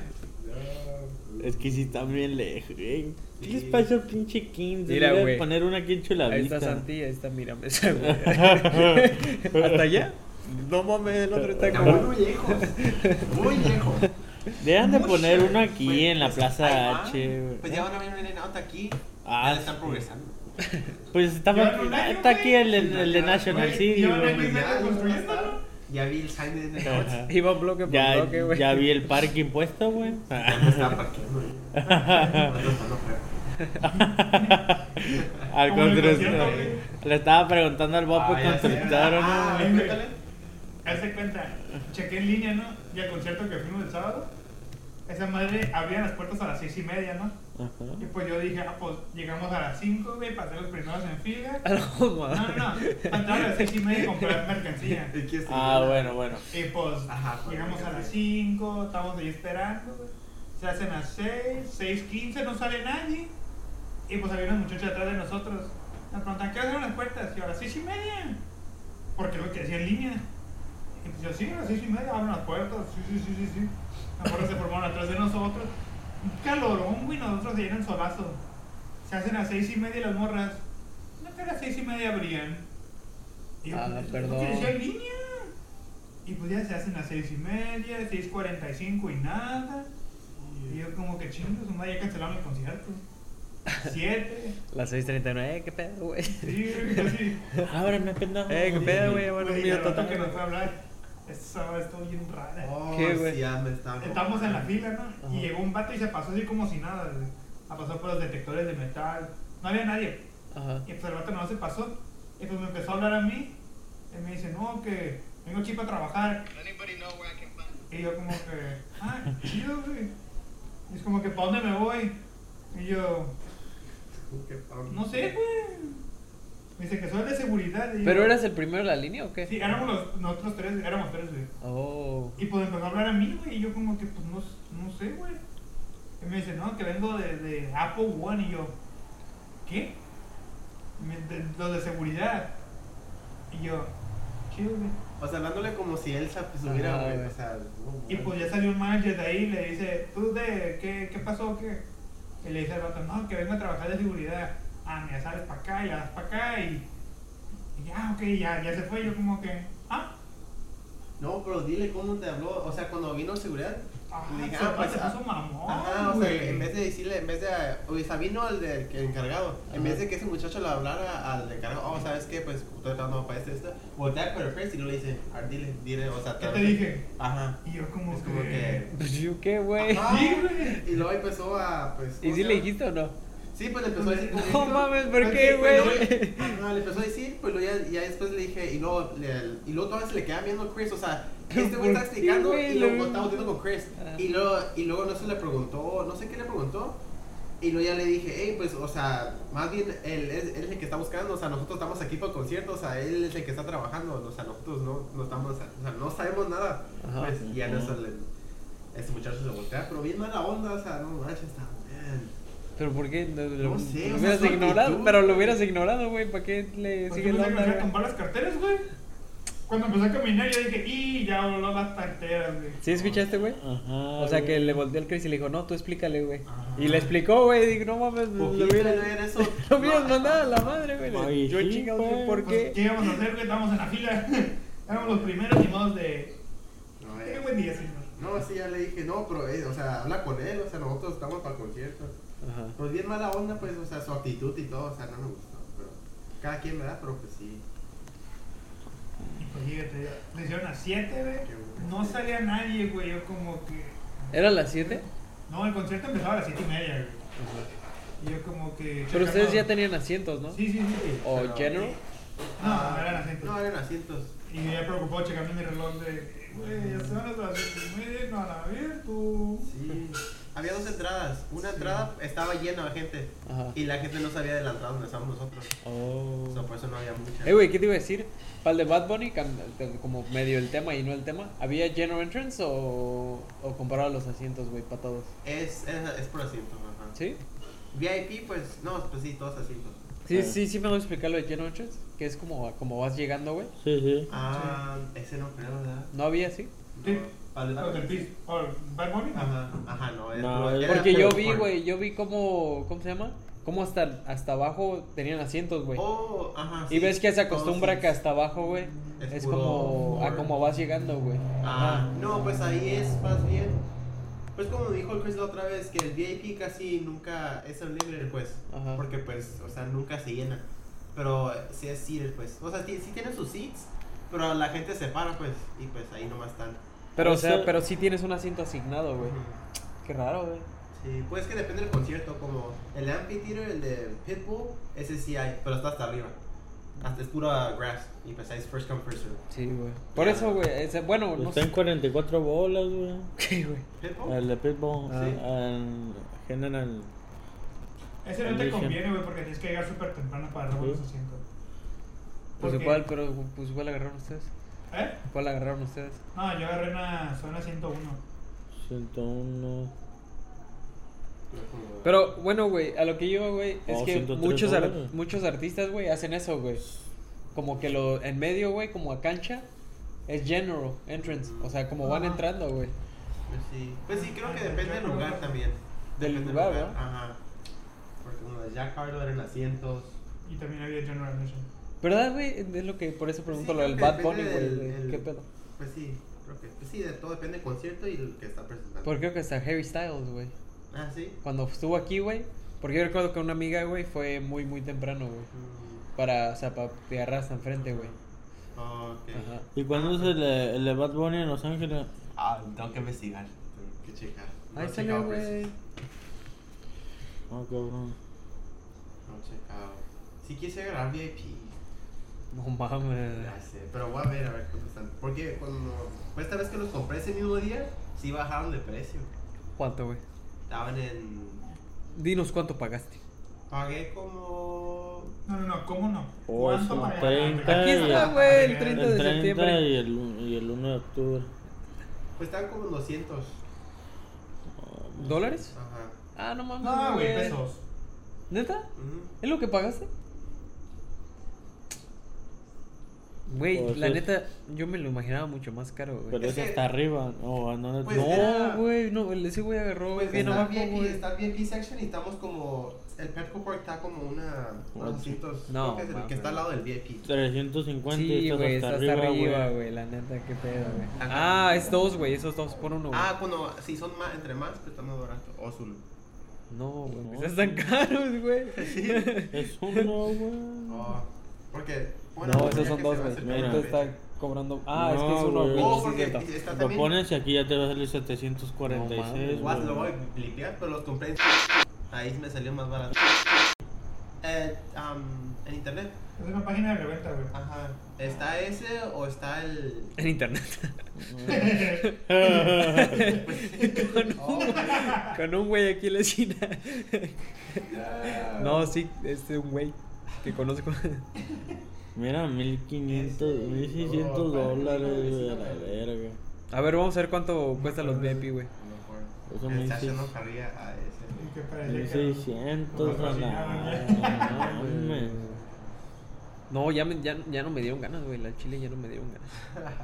S4: Es que sí están bien lejos, güey. ¿Qué
S2: Sí.
S4: les pasa al pinche King?
S1: Mira,
S4: Mira,
S1: güey.
S4: güey. poner una aquí en Chula
S1: Ahí está
S4: Vista.
S1: Santi, ahí está mira mesa, güey. ¿Hasta allá? No mames, el otro está
S2: Está
S1: como.
S2: muy lejos. Muy lejos.
S4: Dejan de
S2: Mucho,
S4: poner una
S2: güey.
S4: aquí
S2: Pues,
S4: en la
S2: pues, ahí
S4: Plaza
S2: va.
S4: H, güey.
S2: Pues ya van a venir en Out aquí.
S4: Ah,
S2: ya le están
S4: sí.
S2: progresando.
S4: Pues está,
S6: Llevan un año,
S4: está aquí
S6: güey.
S4: el, el- el de National
S6: Güey,
S4: City,
S6: llevan
S4: güey.
S6: aquí se-
S2: Ya,
S6: construyendo,
S2: ya, ya vi el sign de Out.
S4: Ajá.
S1: Iba bloque por bloque,
S4: Ya,
S1: güey.
S4: ya vi el parque impuesto, güey. Ah,
S2: Ya me estaba parqueando. güey. Cuando estaba feo.
S4: Al
S6: Como en el
S4: constructor.
S6: concierto, güey.
S4: Le estaba preguntando al guapo
S2: Ah, ya sé.
S4: constructor, ¿no?
S2: Ah,
S6: güey.
S2: cuéntale.
S6: Hace cuenta, chequé en línea, ¿no? Y al concierto que fuimos el sábado, esa madre abrían las puertas a las seis y media, ¿no?
S4: Ajá.
S6: Y pues yo dije, ah, pues llegamos a las cinco, güey, para ser los primeros en fila.
S1: Ah, No,
S6: No, no,
S1: mames.
S6: no, para entrar a las seis y media y comprar mercancía.
S2: ¿Y qué es?
S4: Ah, bueno, bueno.
S6: Y pues
S2: Ajá, pues,
S6: llegamos a
S2: sí.
S6: las 5, estamos ahí esperando. güey. Se hacen las 6, 6.15, no sale nadie. Y pues había una muchacha atrás de nosotros. Nos preguntan, ¿qué hacen las puertas? Y yo, a las 6 y media. Porque es lo que hacía en línea. Y pues yo, sí, a las 6 y media abren las puertas. Sí, sí, sí, sí, sí. Me acuerdo se formaron atrás de nosotros. Un calorón, güey, nosotros de ahí en el solazo. Se hacen a las 6 y media las morras. No que a las 6 y media abrían. Y yo,
S1: Ah,
S6: pues,
S1: perdón.
S6: ¿No que decía en línea? Y pues ya se hacen las seis y media, 6.45 y nada. Y yo como que chingo, su madre ya cancelaron el concierto. Siete.
S1: Las 6.39, eh, qué pedo, güey.
S6: Sí, casi.
S4: Ábreme, pendejo.
S1: Eh, qué pedo, güey, bueno, un
S6: Güey,
S1: minuto
S6: tanto que
S1: total.
S6: nos fue a hablar. Eso estuvo bien rara.
S2: Oh,
S1: ¿Qué, güey?
S2: sí, ya me está.
S6: Estábamos en la fila, ¿no?
S1: Ajá.
S6: Y llegó un vato y se pasó así como si nada, güey. A pasar por los detectores de metal. No había nadie.
S1: Ajá.
S6: Y pues el vato no se pasó. Y pues me empezó a hablar a mí. Y me dice, no, que vengo aquí para trabajar. Y yo como que, ah, chido, güey. Y es como que, ¿para dónde me voy? Y yo, no sé, güey. Me dice que soy de seguridad. Y yo,
S1: ¿Pero eras el primero de la línea o qué?
S6: Sí, éramos los, nosotros tres, éramos tres, güey.
S1: Oh.
S6: Y pues empezó a hablar a mí, güey, y yo como que, pues no, no sé, güey. Y me dice, no, que vengo de, de Apple One, y yo, ¿qué? Me- de- lo de seguridad. Y yo, chido, güey.
S2: O sea, hablándole como si él se
S1: Ajá,
S2: estuviera, güey.
S1: güey.
S2: O sea, no,
S6: Y pues ya salió un manager de ahí y le dice, ¿tú de qué, qué pasó? ¿Qué? Y le dice al vato, no, que vengo a trabajar de seguridad. Ah, mira, sales para acá y vas para acá y, y ya, ok, ya, ya se fue. Yo como que, ah,
S2: No, pero dile cómo te habló. O sea, cuando vino seguridad.
S6: ah,
S2: Le dije,
S6: se
S2: ah,
S6: fue,
S2: pues,
S6: se
S2: ah,
S6: puso mamón,
S2: Ajá, o sea,
S6: güey.
S2: en vez de decirle, en vez de. O sea, vino el del que encargado. En
S1: Ajá.
S2: vez de que ese muchacho le hablara al encargado, oh, ¿sabes qué? Pues estoy tratando para esto, esto. Voltea con el face y no le dice, "A ver, dile, dile, o sea,
S6: ¿Qué
S2: hablo".
S6: te dije?
S2: Ajá.
S6: Y yo como
S2: Es como que.
S1: Pues yo qué, güey.
S2: Ajá.
S6: Sí, güey.
S2: Y luego empezó a. Pues,
S1: ¿Y
S2: ¿cómo
S1: si
S2: se
S1: le
S2: llama?
S1: dijiste o no?
S2: Sí, pues le empezó a decir. como
S1: No
S2: esto.
S1: mames, ¿por
S2: Pues,
S1: qué,
S2: sí, pues,
S1: güey?
S2: luego- Ajá, le empezó a decir, pues luego ya, ya después le dije, y luego, le- y luego todavía se le queda viendo Chris, o sea, este güey está
S1: ¿Por qué,
S2: explicando
S1: güey?
S2: y
S1: Lo- Ah.
S2: luego estaba viendo con Chris.
S1: Ajá.
S2: Y luego, y luego no se le preguntó, no sé qué le preguntó. Y luego ya le dije, hey, pues, o sea, más bien él, es- él es el que está buscando, o sea, nosotros estamos aquí para el concierto, o sea, él es el que está trabajando, o sea, nosotros no, no estamos, o sea, no sabemos nada.
S1: Ajá.
S2: Pues, y ya no
S4: Ujú.
S2: se le, ese muchacho se voltea, pero bien mala onda, o sea, no manches, está bien.
S1: ¿Pero por qué? No, lo,
S2: No sé,
S1: lo
S2: o sea,
S1: hubieras
S2: su
S1: ignorado.
S2: actitud,
S1: Pero lo
S2: güey.
S1: hubieras ignorado, güey. ¿Para qué le
S6: Porque
S1: sigues
S6: Pues me
S1: la
S6: sacaron a
S1: onda, güey?
S6: tumbar las carteras, güey. Cuando empecé a caminar, yo dije, y ya voló las carteras, güey.
S1: ¿Sí escuchaste, güey?
S2: Ah,
S4: Ajá.
S1: O sea, que le volteó el Chris y le dijo, no, tú explícale, güey. Y le explicó, güey. Digo, no mames, lo
S2: Poquito, no
S1: hubieras,
S2: era eso.
S1: lo hubieras mandado a la madre, güey.
S4: Ay,
S1: Yo
S4: sí,
S1: chingado,
S4: güey.
S1: ¿por
S6: Pues, ¿Qué
S1: qué?
S6: íbamos a hacer, güey? Estábamos en la fila. Éramos los primeros animados de.
S2: No,
S6: Qué
S2: eh.
S6: buen día, señor.
S2: No, sí, ya le dije, no, pero, eh, o sea, habla con él, o sea, nosotros estamos para el concierto.
S1: Ajá.
S2: Pues bien mala onda, pues, o sea, su actitud y todo, o sea, no me gustó, pero cada quien, ¿verdad? Pero pues sí.
S6: Y pues fíjate, le hicieron a 7,
S2: Qué
S6: güey.
S2: bueno.
S6: No salía nadie, güey. Yo como que.
S1: ¿Era las 7?
S6: No, el concierto empezaba a las 7 y media, güey. Y yo como que.
S1: Pero ustedes ya
S6: checando.
S1: tenían asientos, ¿no?
S6: Sí, sí, sí.
S1: ¿O
S2: Pero- ah,
S1: general?
S6: No, no eran asientos.
S2: No, eran asientos.
S6: Y yo ya preocupado checando mi reloj de, güey, ya son las 7 y media, no han abierto.
S2: Sí. Había dos entradas. Una
S6: Sí.
S2: entrada estaba llena de gente
S1: Ajá.
S2: y la gente no sabía de la entrada donde estábamos nosotros.
S1: Oh.
S2: O sea, por eso no había mucha.
S1: Eh, güey, ¿qué te iba a decir? Para el de Bad Bunny, cam- te- como medio el tema y no el tema, ¿había general entrance o, o comparado a los asientos, güey, para todos?
S2: Es, es, es por asiento, ajá.
S1: ¿Sí?
S2: VIP, pues, no, pues sí, todos asientos.
S1: Sí,
S4: Ah.
S1: sí, sí me voy a explicar lo de general entrance, que es como, como vas llegando, güey.
S4: Sí, sí.
S2: Ah, ese no creo, ¿verdad?
S1: No había así.
S6: Sí.
S2: No.
S6: Los del Piz, o el Bad Bunny.
S2: Ajá, ajá, no. es-
S4: No,
S2: pero
S4: es-
S2: era
S1: Porque yo
S2: por-
S1: vi,
S2: por-
S1: güey, yo vi cómo, ¿cómo se llama? Cómo hasta, hasta abajo tenían asientos, güey.
S2: Oh, ajá.
S1: y ves que se acostumbra que hasta abajo, güey, es,
S2: Es
S1: como
S2: puro-
S1: a como vas llegando, güey.
S2: Ah, no, pues ahí es más bien. Pues como dijo el Chris la otra vez, que el VIP casi nunca es un libre, pues.
S1: Ajá.
S2: Porque, pues, o sea, nunca se llena. Pero sí es seated, pues. O sea, sí, sí tienen sus seats, pero la gente se para, pues. Y pues ahí nomás están.
S1: Pero, o
S4: Ese-
S1: sea, pero sí tienes un asiento asignado, güey.
S2: Ujú.
S1: Qué raro, güey.
S2: Sí, pues que depende del concierto. Como el Amphitheater, el de Pitbull, ese sí hay, pero está hasta arriba. Hasta, es pura grass. Y pues ahí es first come, first serve.
S1: Sí, güey. Por eso, güey, ese- bueno, no
S4: Está en
S1: sé.
S4: 44 bolas, güey.
S1: ¿Qué, güey?
S2: ¿Pitbull?
S4: El de Pitbull.
S2: Ah.
S4: Sí. En General.
S6: Ese no te
S4: Ambition.
S6: conviene, güey, porque tienes que llegar súper temprano para agarrar los
S4: Sí.
S6: asientos.
S1: Pues
S6: Porque-
S1: igual, pero pues igual agarraron ustedes.
S6: ¿Eh?
S1: ¿Cuál agarraron ustedes?
S6: No, yo agarré una zona 101.
S4: 101.
S1: Pero bueno, güey, a lo que yo, güey, es
S4: Oh,
S1: que
S4: 103
S1: muchos, ar-
S4: dólares.
S1: muchos artistas, güey, hacen eso, güey. Como que lo en medio, güey, como a cancha, es general entrance. O sea, como van
S6: Ajá.
S1: entrando, güey.
S2: Pues sí. Pues sí, creo que depende del lugar también.
S1: Del
S2: Depende
S1: lugar, ¿verdad?
S2: Ajá. Porque como de Jack Harlow eran asientos.
S6: Y también había General Admission.
S1: ¿Verdad, güey? Es lo que, por eso pregunto
S2: Sí,
S1: lo
S2: creo
S1: del
S2: que
S1: Bad Bunny,
S2: depende
S1: güey.
S2: del-
S1: de
S2: del-
S1: ¿Qué pedo?
S2: Pues sí, creo que. Pues sí, de todo depende del concierto y el que está presentando.
S1: Porque creo que hasta Harry Styles, güey.
S2: Ah, sí.
S1: Cuando estuvo aquí, güey. Porque yo recuerdo que una amiga, güey, fue muy, muy temprano, güey.
S2: Mm,
S1: Para, o sea, para te agarrar hasta enfrente, güey.
S2: Ok.
S1: Ajá.
S4: ¿Y cuándo es el, de- el de Bad Bunny en Los Ángeles?
S2: Ah, tengo que investigar. Tengo que checar. No
S1: Ahí
S2: he
S1: salió,
S2: checado, pues.
S1: güey.
S4: Oh, cabrón.
S2: No he checado. Si quise agarrar VIP.
S1: No mames.
S2: Ya sé, Ah, pero voy a ver a ver cómo están. Porque cuando. Pues esta vez que los compré ese mismo día, sí bajaron de precio.
S1: ¿Cuánto, güey?
S2: Estaban en.
S1: Dinos cuánto pagaste.
S2: Pagué como.
S6: No, no, no, ¿cómo no?
S4: Oh, son
S6: para-
S4: 30
S1: Aquí
S4: Ay,
S1: está,
S4: ya.
S1: güey, el
S6: El
S1: 30 de
S4: El 30
S1: septiembre.
S4: y el, un- y el 1 de octubre.
S2: Pues estaban como en 200.
S1: ¿Dólares?
S2: Ajá.
S1: Ah, no mames.
S6: No, güey, pesos.
S1: ¿Neta?
S2: Ujú.
S1: ¿Es lo que pagaste? Güey,
S4: Pues
S1: la
S4: es-
S1: neta, yo me lo imaginaba mucho más caro, güey.
S4: Pero
S2: Es
S4: es
S2: que-
S4: hasta arriba. No, ¿a dónde-
S2: Pues,
S4: no.
S2: era-
S1: No, güey, no, el- ese güey agarró
S2: Pues
S1: bien
S2: está
S1: abajo,
S2: VIP,
S1: güey.
S2: está VIP section y estamos como. El Petco Park está como una.
S4: Ocho.
S2: unos asientos.
S1: No,
S2: creo que es el
S1: mames.
S2: que está al lado del VIP.
S4: 350 y
S1: Sí,
S4: estás
S1: güey,
S4: hasta
S1: está hasta
S4: arriba,
S1: arriba,
S4: güey.
S1: güey, la neta, qué pedo, güey.
S2: Ajá.
S1: Ah, es dos, güey, esos dos por uno, güey.
S2: Ah, cuando. Sí, son más, entre más, pero está más barato. Osun.
S1: No, güey,
S4: No.
S1: pues están caros, güey.
S4: Es uno, güey.
S2: Oh, porque.
S1: no,
S2: ya
S1: esos son
S2: que
S1: dos,
S2: se va
S1: güey.
S2: a acercar
S1: Ahorita
S2: la
S1: está
S2: fecha.
S1: cobrando. Ah, es
S4: No,
S1: que es uno,
S4: güey.
S1: güey.
S2: Oh,
S1: sí,
S2: porque
S1: cierto.
S2: está
S4: Lo
S2: también.
S4: pones y aquí ya te va a salir
S1: No
S4: 746,
S2: Guas, lo
S4: güey.
S2: voy a limpiar, pero los compré en. Ahí me salió más barato. Eh, um, en internet.
S6: Es una página de reventa, güey.
S2: Ajá. ¿Está ese o está el.?
S1: En internet.
S2: Oh,
S1: Con un güey aquí en la esquina. No, sí, este es un güey que conozco.
S4: Mira, 1500,
S2: Este,
S4: 1600 dólares, güey, a la verga.
S1: A ver, vamos a ver cuánto cuestan los VIP, güey.
S4: Eso
S2: me
S4: me
S2: está
S4: dice-
S2: haciendo carrilla a ese.
S6: Que Pues, parecía que-
S4: 1600, a la
S1: No,
S4: mames.
S1: No, ya, me, ya, ya no me dieron ganas, güey. La chile ya no me dieron ganas.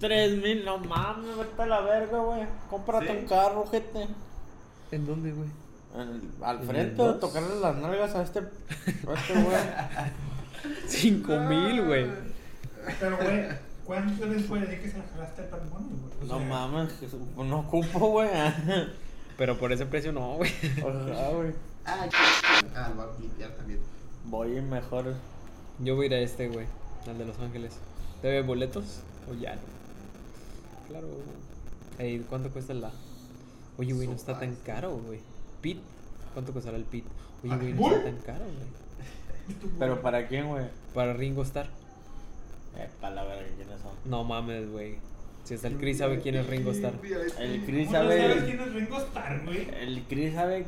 S4: 3000, no mames, vete a la verga, güey. Cómprate
S2: ¿Sí?
S4: un carro, gente.
S1: ¿En dónde, güey?
S4: Al
S1: ¿En
S4: frente,
S1: dos?
S4: tocarle las nalgas a este. a este güey.
S1: Cinco mil, güey.
S6: Pero, güey, ¿cuánto les puede decir que se la jalaste al Bad Bunny, güey? O
S4: No
S6: sea,
S4: mames, que su- pues, no ocupo, güey.
S1: Pero por ese precio no, güey.
S4: Ojalá, güey.
S2: Ah, ah, lo voy a limpiar también.
S4: Voy mejor.
S1: Yo voy a ir a este, güey. Al de Los Ángeles. ¿Debe boletos? O ya no. Claro. Ey, ¿cuánto cuesta la.? Oye, güey, no está tan caro, güey. Pit. ¿Cuánto costará el pit? Oye, güey, no está tan caro, güey.
S4: Pero para quién, güey?
S1: Para Ringo Starr.
S4: Eh, para la verga, ¿quiénes son?
S1: No mames, güey. Si hasta el Chris sabe quién es Ringo Starr.
S2: este
S4: El
S6: ¿Cómo
S4: Chris
S6: no sabes
S4: sabe.
S6: quién es Ringo Starr, güey?
S4: El Chris sabe.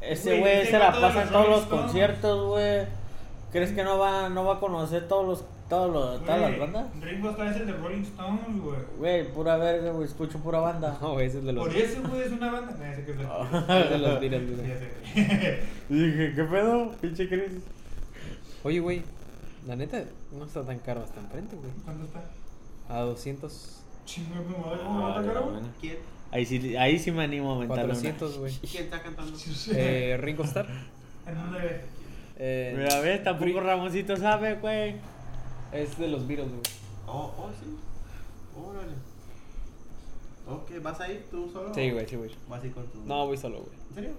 S4: Ese
S6: Güey,
S4: güey
S6: ese
S4: se la
S6: vato de
S4: pasa
S6: los
S4: en todos
S6: Rolling
S4: los
S6: Stones.
S4: conciertos, güey. ¿Crees que no va, no va a conocer todos los, todos los, todas las
S6: Güey,
S4: bandas?
S6: Ringo Starr es el de Rolling Stones, güey.
S4: Güey, pura verga, güey. Escucho pura banda.
S1: No, güey, ese es de los.
S6: Por eso, güey, es una banda. Nah, ya sé que es de-
S4: Ah.
S1: ese es de los Beatles, güey.
S6: Ya sé.
S4: Dije, ¿qué pedo? Pinche Chris.
S1: Oye, güey. La neta, no está tan caro hasta enfrente, güey.
S6: ¿Cuánto está?
S1: A 200.
S6: Chingo, me Ah, voy a- ¿cómo me va a tocar, güey?
S2: ¿Quién?
S4: Ahí sí, ahí sí me animo a aumentar
S1: 400, güey.
S2: ¿Quién está cantando?
S1: Eh, Ringo Starr.
S6: ¿En dónde?
S1: Eh,
S4: Mira, ves, tampoco
S1: Gri-
S4: Ramoncito sabe, güey.
S1: Es de los Beatles, güey.
S2: Oh, oh, sí. Órale. Ok, ¿vas a ir tú solo?
S1: Sí, güey, sí, güey.
S2: ¿Vas a ir con tu.?
S1: No, voy solo, güey.
S2: ¿En serio?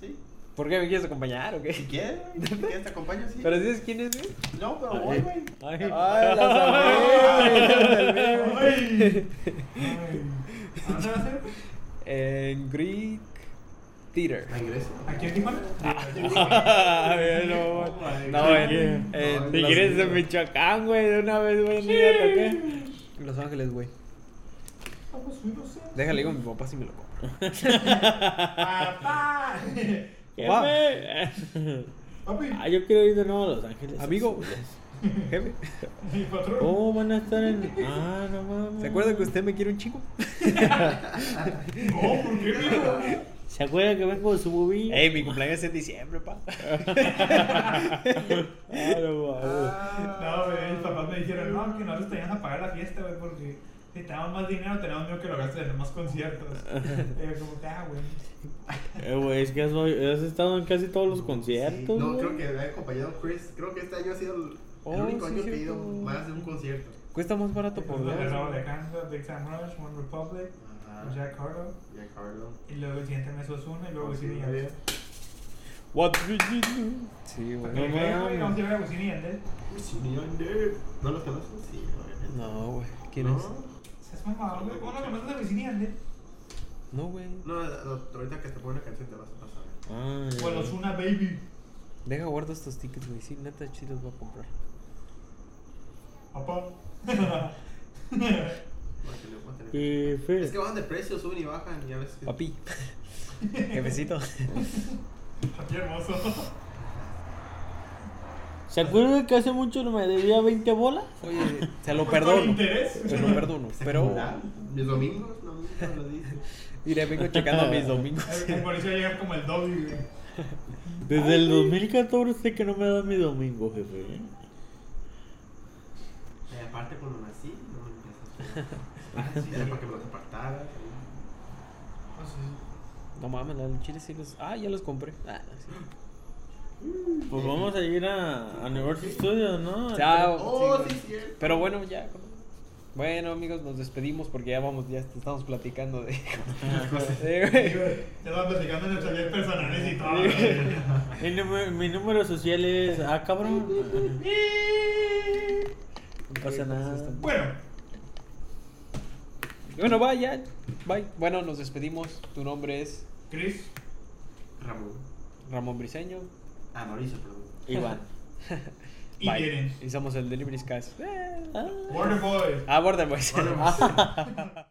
S2: Sí.
S1: ¿Por qué me quieres acompañar o
S2: Si
S1: qué?
S2: quieres, güey, si quieres te acompaño, sí.
S1: ¿Pero dices quién es, güey?
S2: No, pero voy, güey.
S4: Ay,
S1: Ay, la salvé, güey, la salvé, güey.
S6: ¿A dónde va a ser?
S1: En Greek Theater.
S2: ¿A Grecia?
S6: ¿Aquí en Tijuana?
S4: A ver, no, güey.
S1: No, eh. en, en
S4: Si
S1: Los-
S4: quieres de Michoacán, güey, de una vez, güey, ni a toqué.
S1: Los Ángeles, güey.
S6: Ah, pues, yo no sé.
S1: Déjale, digo a mi papá si me lo compro.
S6: ¡Papá!
S4: ¿Qué,
S1: Guau.
S4: güey?
S6: Papi,
S4: Ah, yo quiero ir de nuevo a Los Ángeles.
S1: Amigo. Jefe,
S6: mi patrón.
S4: ¿Cómo van a estar en.? Ah, no mames.
S1: ¿se acuerda que usted me quiere un chico?
S6: No, ¿por qué, mijo?
S4: ¿Se acuerda que vengo de su bobina?
S1: Ey, mi cumpleaños es en diciembre, pa.
S4: Ah, no mames.
S2: Ah.
S6: No, güey, mis papás me dijeron, no, que nosotros teníamos a pagar la fiesta, güey, porque necesitábamos más dinero, teníamos miedo que lo gastes en más conciertos. Y yo como, que, ah, güey.
S4: Eh, güey, es que has, has estado en casi todos los conciertos.
S2: Sí, No,
S4: güey.
S2: creo que me ha acompañado Chris. Creo que este año ha sido el, el
S1: Oh,
S2: único
S1: sí,
S2: año que he ido
S1: cierto.
S2: más de un concierto.
S1: Cuesta más barato por
S6: Los de
S1: dos.
S6: Raúl Alejandro, Big Sam Rush, One Republic,
S2: Ajá.
S6: Jack Harlow,
S2: Y a Carlos.
S6: y luego el siguiente mes Ozuna, y luego el
S2: Sí,
S6: siguiente
S2: güey.
S6: mes.
S4: What did you do?
S1: Sí, güey.
S6: Porque
S4: mames.
S6: creo, güey, vamos a ir a Agustín y Yandel.
S2: ¿No los conoces? Sí, obviamente.
S1: No, güey. ¿Quién
S2: ¿No?
S1: es?
S6: Es mamador, güey. ¿Cómo no conoces a Agustín y Yandel?
S1: No, güey.
S2: No, lo- ahorita que te pongo una canción te vas a pasar.
S1: Ah, ya,
S6: O a
S1: ya.
S6: los una baby.
S1: Deja guardo estos tickets, güey. Sí, neta, sí los voy a comprar.
S6: Papá.
S2: Porque le voy a tener- Es que
S4: Jefe.
S2: bajan de precio, suben y bajan. Ya ves que.
S1: Papi. Jefecito.
S6: Qué hermoso.
S4: ¿Se acuerdan que hace mucho no me debía 20 bolas?
S1: Oye, se lo
S6: Pues, ¿con
S1: perdono.
S6: interés?
S1: Se lo perdono. Pero
S2: ¿Verdad? Mis domingos, no, no lo dice.
S1: iré, vengo checando mis domingos.
S6: El, el policía llega como el doggy, güey.
S4: Desde el 2014 que no me da mi domingo, jefe. ¿eh?
S2: Y aparte, cuando nací, no me empiezas a. Ah, sí, era para que me los apartaras. ¿sí?
S1: No mames, los chiles sí los. Ah, ya los compré. Ah, sí.
S4: Pues vamos a ir a, a Universal Studios, ¿no?
S1: Chao.
S2: Oh,
S1: Sí,
S2: sí,
S1: güey.
S2: cierto.
S1: Pero bueno, ya. Bueno, amigos, nos despedimos porque ya vamos, ya estamos platicando de. de-
S6: Sí,
S1: güey.
S6: güey. Ya van platicando en nuestras vidas personales y todo, güey.
S4: Mi, número- mi número social es. Ah, cabrón. No
S1: pues,
S4: pasa nada.
S6: Bueno,
S1: Bueno, bye, ya. Bye. Bueno, nos despedimos. Tu nombre es
S6: Chris,
S2: Ramón.
S1: Ramón Briseño.
S2: Ah, Mauricio, perdón.
S4: Iván.
S6: y Jeren.
S1: Y somos el Delivery Cast.
S4: Ah.
S6: Waterboy.
S1: Ah, Border Boys.
S2: Ahora vamos.